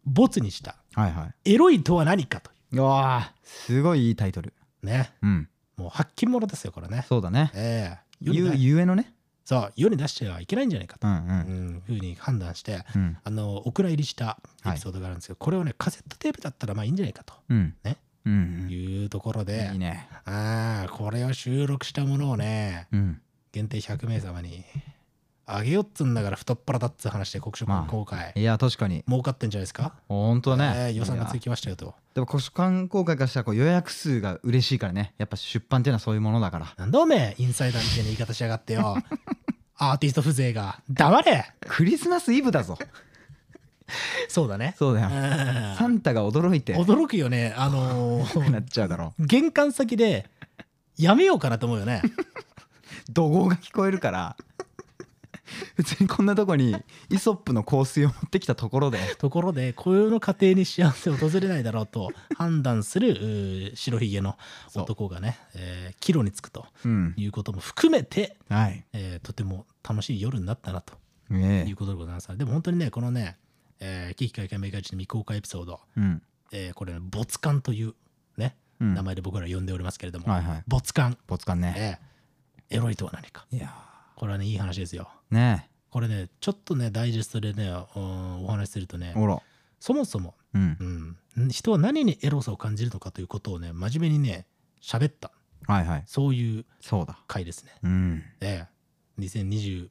S2: ボツにした、
S3: はいは
S2: エロいとは何かとい
S3: いうわあすごいいいタイトル
S2: う、ね、
S3: うん
S2: もう発禁者ですよ、これね。
S3: そうだね
S2: ええ世に
S3: ゆ
S2: 出
S3: ゆえのね
S2: そう世に出してはいけないんじゃないかと、
S3: う
S2: うんん、ふうに判断して、
S3: うんうん
S2: あのお蔵入りしたエピソードがあるんですけど、これをね、カセットテープだったらまあいいんじゃないかと
S3: うん
S2: ね
S3: うんうん
S2: いうところで、
S3: いいね
S2: ああ、これを収録したものをね、
S3: うん
S2: 限定100名様にあげようっつうんだから太っ腹だっつう話で国書
S3: ま
S2: 館
S3: あ
S2: 公開、
S3: いや確かに
S2: 儲かってんじゃないですか、
S3: 本当だ
S2: え
S3: ね
S2: ー予算が
S3: いや
S2: つきましたよと。
S3: でも、図書館公開からしたらこう予約数が嬉しいからね。やっぱ出版っていうのはそういうものだから。
S2: なんだおめえ、インサイダーみたいな言い方しやがって
S3: *laughs*
S2: よ。アーティスト風情が。黙れ
S3: クリスマスイブだぞ。
S2: そうだね。
S3: そうだ
S2: う
S3: よ。
S2: ん
S3: サンタが驚いて
S2: 驚くよね。あのー
S3: なっちゃうだろ
S2: 玄関先でやめようかなと思うよね。
S3: う。怒号が聞こえるから。別にこんなとこにイソップの香水を持ってきたところで。
S2: ところで雇用の過程に幸せを訪れないだろうと判断するうー白ひげの
S3: そう
S2: 男がね、えー、帰路につくと
S3: うん。
S2: いうことも含めて、
S3: はい。
S2: えーとても楽しい夜になったなと
S3: ね
S2: い
S3: え
S2: うことでございます。でも本当にねこのね「えー、危機開会明快地」の未公開エピソード、
S3: うん。
S2: えーこれ、ね「没感」という、ね
S3: うん
S2: 名前で僕ら呼んでおりますけれども、
S3: はいはい。
S2: 没感、
S3: ボツカンね。
S2: えーエロいとは何か
S3: いや
S2: これはねいい話ですよ。
S3: ーね
S2: これねちょっとねダイジェストでねうんお話しするとね
S3: え。ほら。
S2: そもそも
S3: うん
S2: う。ん、人は何にエロさを感じるのかということをね真面目にね喋った
S3: はいはい。
S2: そういう
S3: そうだ。
S2: 回ですね、
S3: うん。
S2: ええ、2021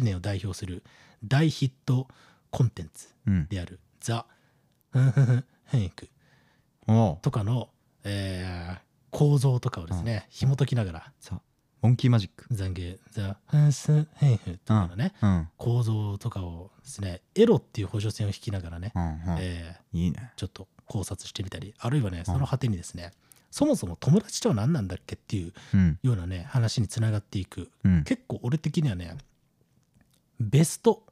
S2: 年を代表する大ヒットコンテンツ
S3: うん。
S2: である「ザ・フンフンフンフンイク
S3: おう」。
S2: とかの、ええ構造とかをですね、紐解きながら
S3: さ、モンキーマジック
S2: 「ザ・ゲザ・フンスンフンフン」とかのね、
S3: うん。
S2: 構造とかをですねエロっていう補助線を引きながらね、
S3: うん。うん
S2: ええ
S3: いいね。
S2: ちょっと考察してみたりあるいはねその果てにですね、そもそも友達とは何なんだっけっていう
S3: うん。
S2: ようなね話につながっていく
S3: うん。
S2: 結構俺的にはねベスト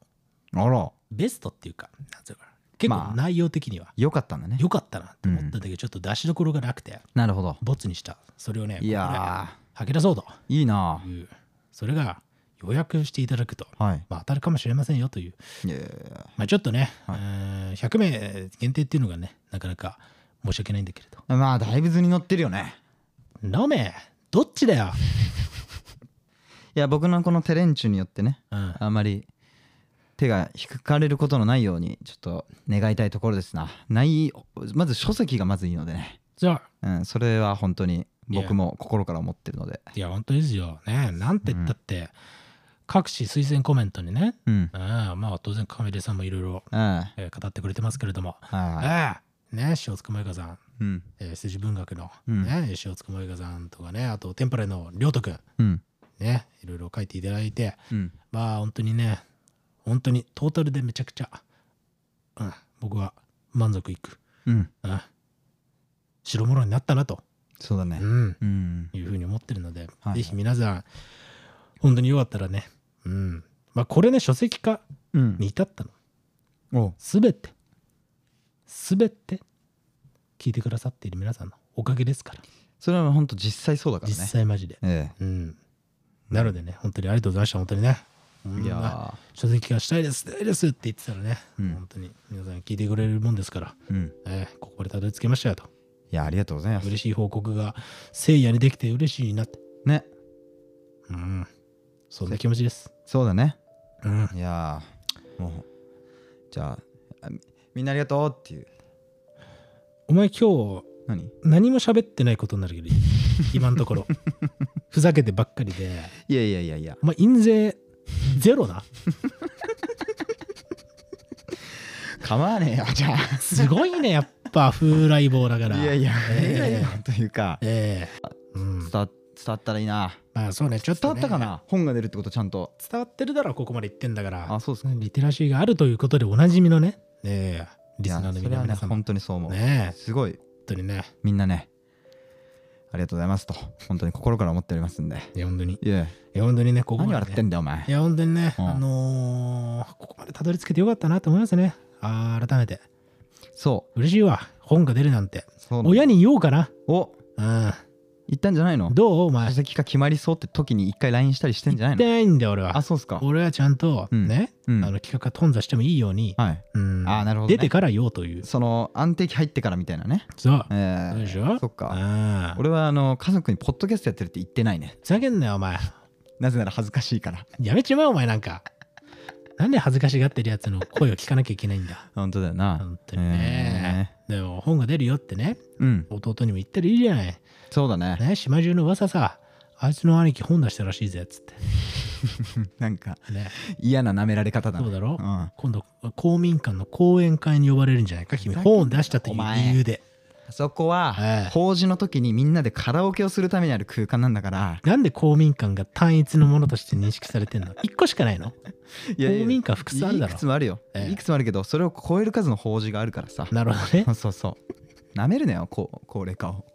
S3: あら。
S2: ベストっていうかなんつうのかな結
S3: ま
S2: 構
S3: あ
S2: 内容的には
S3: よかったんだね
S2: 良かったなって思ったんだけど、ちょっと出しどころがなくて
S3: なるほど
S2: ボツにしたそれをね
S3: いや
S2: 吐き出そうと
S3: ーいいな
S2: いうそれが予約していただくと、
S3: はい
S2: まあ、当たるかもしれませんよという、
S3: いやいやいや
S2: まあ、ちょっとね、えー100名限定っていうのがねなかなか申し訳ないんだけれど
S3: まあだいぶ図に乗ってるよね
S2: 飲めどっちだよ、
S3: いや僕のこのテレンチュによってね
S2: うん、
S3: あんまり手が引かれることのないようにちょっと願いたいところですなないまず書籍がまずいいのでね、
S2: じゃあ
S3: うん、それは本当に僕も心から思ってるので
S2: いや本当ですよねなんて言ったって、各種推薦コメントにね、
S3: うん
S2: うん、まあ当然カメレさんもいろいろ
S3: うんはい
S2: えー語ってくれてますけれども、
S3: はい
S2: ええね塩塚萌香さん、
S3: うん
S2: えー、筋文学の、
S3: うん
S2: ね塩塚萌香さんとかねあとテンパレの亮斗くん
S3: うん
S2: ねいろいろ書いていただいて
S3: うん
S2: まあ本当にね本当にトータルでめちゃくちゃ、うん、僕は満足いく、
S3: うん
S2: うん、白物になったなと、
S3: そうだね
S2: うん、
S3: うん
S2: いうふうに思ってるので、
S3: はい
S2: ぜひ皆さん本当によかったらね、うんまあ、これね書籍化
S3: うん
S2: に至ったの
S3: お
S2: すべてすべて聞いてくださっている皆さんのおかげですから
S3: それは本当実際そうだから
S2: 実
S3: ね
S2: 際マジで、
S3: え
S2: うん、なのでね本当にありがとうございました本当にね
S3: えいや
S2: 書籍化したいですしたいですって言ってたらね、
S3: うん
S2: 本当に皆さん聞いてくれるもんですから、
S3: ーうん
S2: ええここまでたどり着けましたよと
S3: いやありがとうございます
S2: 嬉しい報告がせいやにできて嬉しいなって
S3: ね
S2: うんそんな気持ちです
S3: そうだね
S2: うん
S3: いやーもうじゃああみみんなありがとうっていう
S2: お前今日
S3: 何
S2: 何も喋ってないことになるけど *laughs* 今のところふざけてばっかりで
S3: いやいやいやいや
S2: お前印税ゼロな
S3: 構わねえよじゃあ
S2: すごいねやっぱ風来坊だから
S3: いやいや、
S2: ええ
S3: いやいやというか
S2: ええうん
S3: 伝わ伝わったらいいな
S2: まあそうねちょっ
S3: 伝
S2: と
S3: わ
S2: ね、
S3: ったかな本が出るってことちゃんと
S2: 伝わってるだろここまで言ってんだから
S3: あそうですね
S2: リテラシーがあるということでおなじみのね、ええリスナーの
S3: いやそれはね
S2: 皆さんも
S3: 本当にそう思う
S2: ねえ
S3: すごい
S2: 本当にね、
S3: みんなねありがとうございますと本当に心から思っておりますんで
S2: いや本当に、い
S3: いや
S2: や本当にね、ここ
S3: 何
S2: ま
S3: 笑
S2: で、
S3: って
S2: ね、
S3: んだよお前
S2: いや本当にね、
S3: うん
S2: あのーここまでたどり着けてよかったなと思いますね。あー改めて、
S3: そう
S2: 嬉しいわ、本が出るなんて。
S3: そう
S2: 親に言おうかな。
S3: お
S2: う
S3: 言ったんじゃないの
S2: ん、どうお
S3: 書
S2: 前。
S3: 籍化決まりそうって時に一回 LINE したりしてんじゃな
S2: 言っ
S3: いの
S2: てないんだよ俺は
S3: あ。そうっすか
S2: 俺はちゃんと
S3: うん
S2: ね、
S3: うん
S2: あの企画が頓挫してもいいように、
S3: はい
S2: うん
S3: あーなるほどね
S2: 出てから言おうという。
S3: その安定期入ってからみたいなね
S2: そう。
S3: え
S2: そうでし
S3: ー
S2: ょ
S3: そっか
S2: あ俺
S3: 俺はあの家族にポッドキャストやってるって言ってないね
S2: ふざけんなよお前。
S3: なぜなら恥ずかしいから
S2: やめちまえお前なんか。なんで恥ずかしがってるやつの声を聞かなきゃいけないんだ。
S3: 本当だよな
S2: 本当にね。でも本が出るよってね、
S3: えーうん
S2: 弟にも言ったらいいじゃない。
S3: そうだね
S2: ね、島中の噂さ、あいつの兄貴本出したらしいぜっつって。
S3: なんか
S2: ね、
S3: 嫌な舐められ方だな
S2: そうだろ
S3: うん
S2: 今度公民館の講演会に呼ばれるんじゃないか君
S3: ふざけんな
S2: 本を出したという理由で
S3: そこは
S2: ええ
S3: 法事の時にみんなでカラオケをするためにある空間なんだから
S2: なんで公民館が単一のものとして認識されてんの一個しかないの
S3: いやいや
S2: 公民館複数あるだろ
S3: いくつもあるよ
S2: ええ
S3: いくつもあるけどそれを超える数の法事があるからさ
S2: なるほどね
S3: そうそうそう舐めるなよこう高齢化を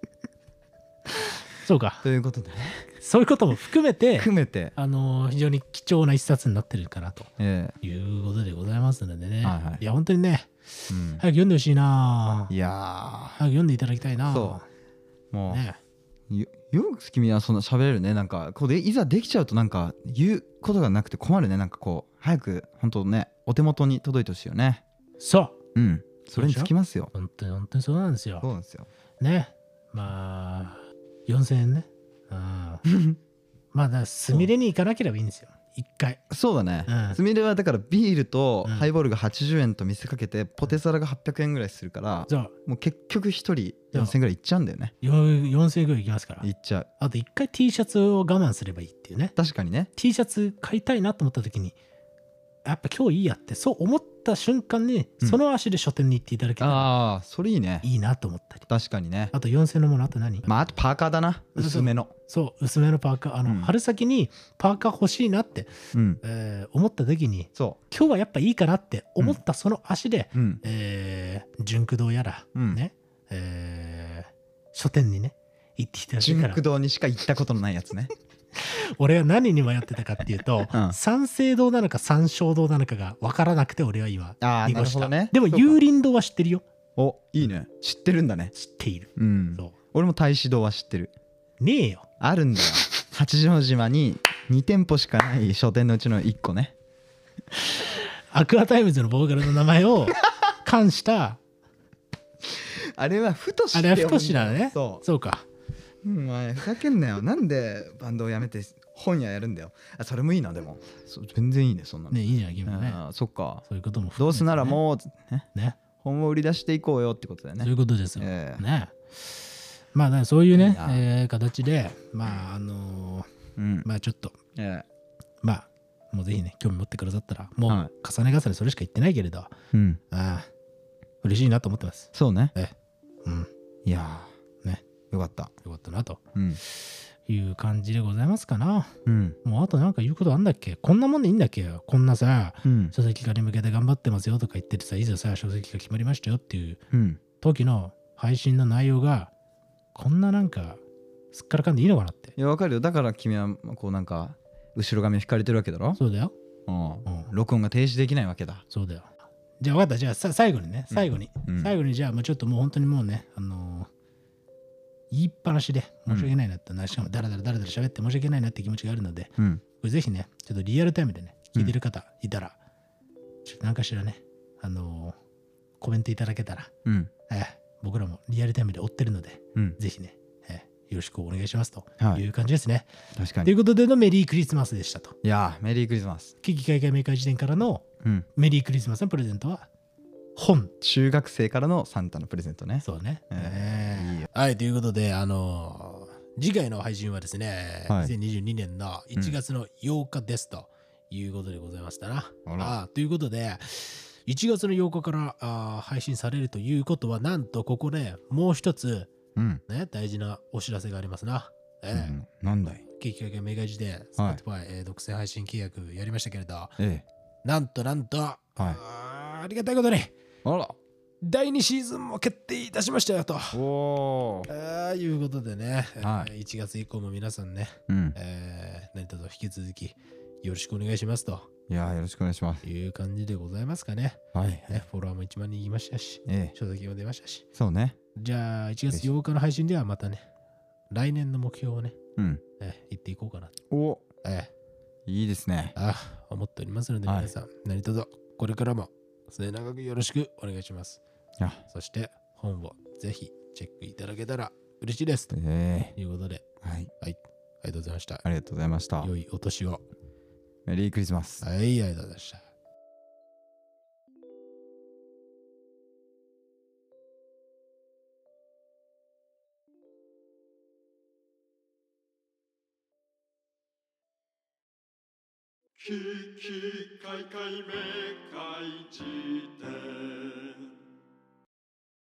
S2: そうか
S3: ということでね
S2: そういうことも含めて
S3: 含めて
S2: あのー非常に貴重な一冊になってるかなと
S3: え
S2: いうことでございますのでね、
S3: はいはい
S2: や本当にね
S3: えうん
S2: 早く読んでほしいない
S3: や
S2: 早く読んでいただきたいな
S3: そーもう
S2: ね
S3: よよく君はそんな喋れるねなんかこうでいざできちゃうとなんか言うことがなくて困るねなんかこう早く本当ねお手元に届いてほしいよね
S2: そう
S3: うんそれにつきますよ
S2: 本当に本当にそうなんですよ
S3: そうなんですよ
S2: ねまあ4000円ねうんまあだからすみれに行かなければいいんですよ一回
S3: *laughs* そうだね
S2: うん
S3: すみれはだからビールと
S2: うん
S3: ハイボールが80円と見せかけてポテサラが800円ぐらいするから
S2: じゃあ
S3: もう結局一人4000円ぐらいいっちゃうんだよね
S2: よ4000円ぐらい行きますから
S3: いっちゃう
S2: あと一回 T シャツを我慢すればいいっていうね
S3: 確かにね
S2: T シャツ買いたいなと思った時にやっぱ今日いいやってそう思った瞬間に
S3: うん
S2: その足で書店に行っていただけたら
S3: ああそれいいね
S2: いいなと思ったり、
S3: 確かにね
S2: あと4000円のものあと何、
S3: まああとパーカーだな
S2: そうそう
S3: 薄めの
S2: そう薄めのパーカーあの、
S3: うん
S2: 春先にパーカー欲しいなって、
S3: うん
S2: えー思った時に
S3: そ
S2: 今日はやっぱいいかなって思ったその足で、
S3: ううん
S2: えー、純駆堂やら、
S3: うん
S2: ね、えー書店にね、行っていただけ
S3: 純
S2: たら
S3: 駆、動にしか行ったことのないやつね
S2: 俺は何に迷ってたかっていうと、
S3: *laughs* うん
S2: 三省堂なのか三省堂なのかが分からなくて俺は今
S3: ああ
S2: 濁
S3: なる
S2: し
S3: ほ
S2: た、
S3: どね
S2: でも
S3: そうか
S2: 幽林堂は知ってるよ
S3: おいいね知ってるんだね
S2: 知っている、
S3: うん
S2: そ
S3: 俺も太子堂は知ってる
S2: うねえよ
S3: あるんだよ八丈島に2店舗しかない書店のうちの1個ね
S2: アクアタイムズのボーカルの名前
S3: *laughs*
S2: を冠した
S3: あれはふとし
S2: あれは太志なのね
S3: そう
S2: そうか
S3: お前ふざけんなよなんでバンドをやめて本屋やるんだよあそれもいいなでもそう全然いいねそんなの
S2: ねいいじゃん君もね
S3: あーそっか
S2: そういうことも含めてね
S3: どうせならもう
S2: うね
S3: 本を売り出していこうよってことだよ
S2: そうい
S3: ね
S2: うことですよ、
S3: ええ
S2: ねまあだからそういう
S3: いい
S2: ね
S3: な
S2: えー形でまああのー
S3: うん
S2: まあちょっと
S3: え
S2: まあもうぜひね興味持ってくださったらも
S3: は
S2: う重ね重ねそれしか言ってないけれど、
S3: えうん
S2: ああ嬉しいなと思ってます
S3: そうね
S2: うん
S3: いやー
S2: ね
S3: よかった
S2: よかったなと
S3: うん
S2: いう感じでございますかな
S3: うん
S2: もうあとなんか言うことあんだっけこんなもんでいいんだっけこんなさ
S3: うん
S2: 書籍化に向けて頑張ってますよとか言っててさいざさ書籍が決まりましたよっていう
S3: うん
S2: 時の配信の内容がこんななんかすっからかんでいいのかなって
S3: いやわかるよだから君はこうなんか後ろ髪引かれてるわけだろ
S2: そうだよ、
S3: うん
S2: うん、
S3: 録音が停止できないわけだ
S2: そうだよじゃあ分かったじゃあさ最後にね最後に、
S3: うん
S2: 最後にじゃあもうちょっともう本当にもうねあのー言いっぱなしで申し訳ないなって、しかもダラダラダラダラ喋って申し訳ないなって気持ちがあるので
S3: うん
S2: これぜひね、ちょっとリアルタイムでね、聞いてる方いたら、ちょっと何かしらね、あのーコメントいただけたら、
S3: うん
S2: ええ僕らもリアルタイムで追ってるので、
S3: うん
S2: ぜひね、ええよろしくお願いしますと
S3: はい
S2: いう感じですね。
S3: 確か
S2: とい
S3: に
S2: うことでのメリークリスマスでしたと。
S3: いやーメリークリスマス
S2: 危機開会明快時点からの
S3: うん
S2: メリークリスマスのプレゼントは、本。
S3: 中学生からのサンタのプレゼントね
S2: そうね。
S3: ええいいよ
S2: はい、ということで、あのー次回の配信はですね、
S3: はい
S2: 2022年の1月の8日ですということでございましたな。
S3: あら
S2: ああということで、1月の8日からあー配信されるということは、なんとここね、もう一つ、
S3: うん
S2: ね、大事なお知らせがありますな。ええ
S3: うんなんだい
S2: 景気会明快時で Spotify、えー独占配信契約やりましたけれど、
S3: ええ
S2: なんとなんと、あーありがたいことに、
S3: あら
S2: 第2シーズンも決定いたしましたよと。
S3: おお
S2: ああいうことでね、
S3: は
S2: えー1月以降も皆さんね、
S3: うん
S2: えー、何卒引き続きよろしくお願いしますと
S3: いやーよろしくお願いします
S2: いう感じでございますかね。
S3: はい
S2: ねフォロワーも1万人いきましたし、
S3: ええ
S2: 書籍も出ましたし。
S3: そうね
S2: じゃあ1月8日の配信ではまたね、来年の目標をね、
S3: うん
S2: えー言っていこうかなと、
S3: お
S2: え
S3: いいですね
S2: ーあー思っておりますので
S3: はい
S2: 皆さん、何卒これからも末永くよろしくお願いします。
S3: いや
S2: そして本をぜひチェックいただけたら嬉しいですと
S3: え
S2: いうことで、
S3: えはい
S2: ありがとうございました。
S3: ありがとうございました
S2: 良いお年を。
S3: メリークリスマス
S2: はい、ありがとうございました。
S1: ききかいかいめかいじ典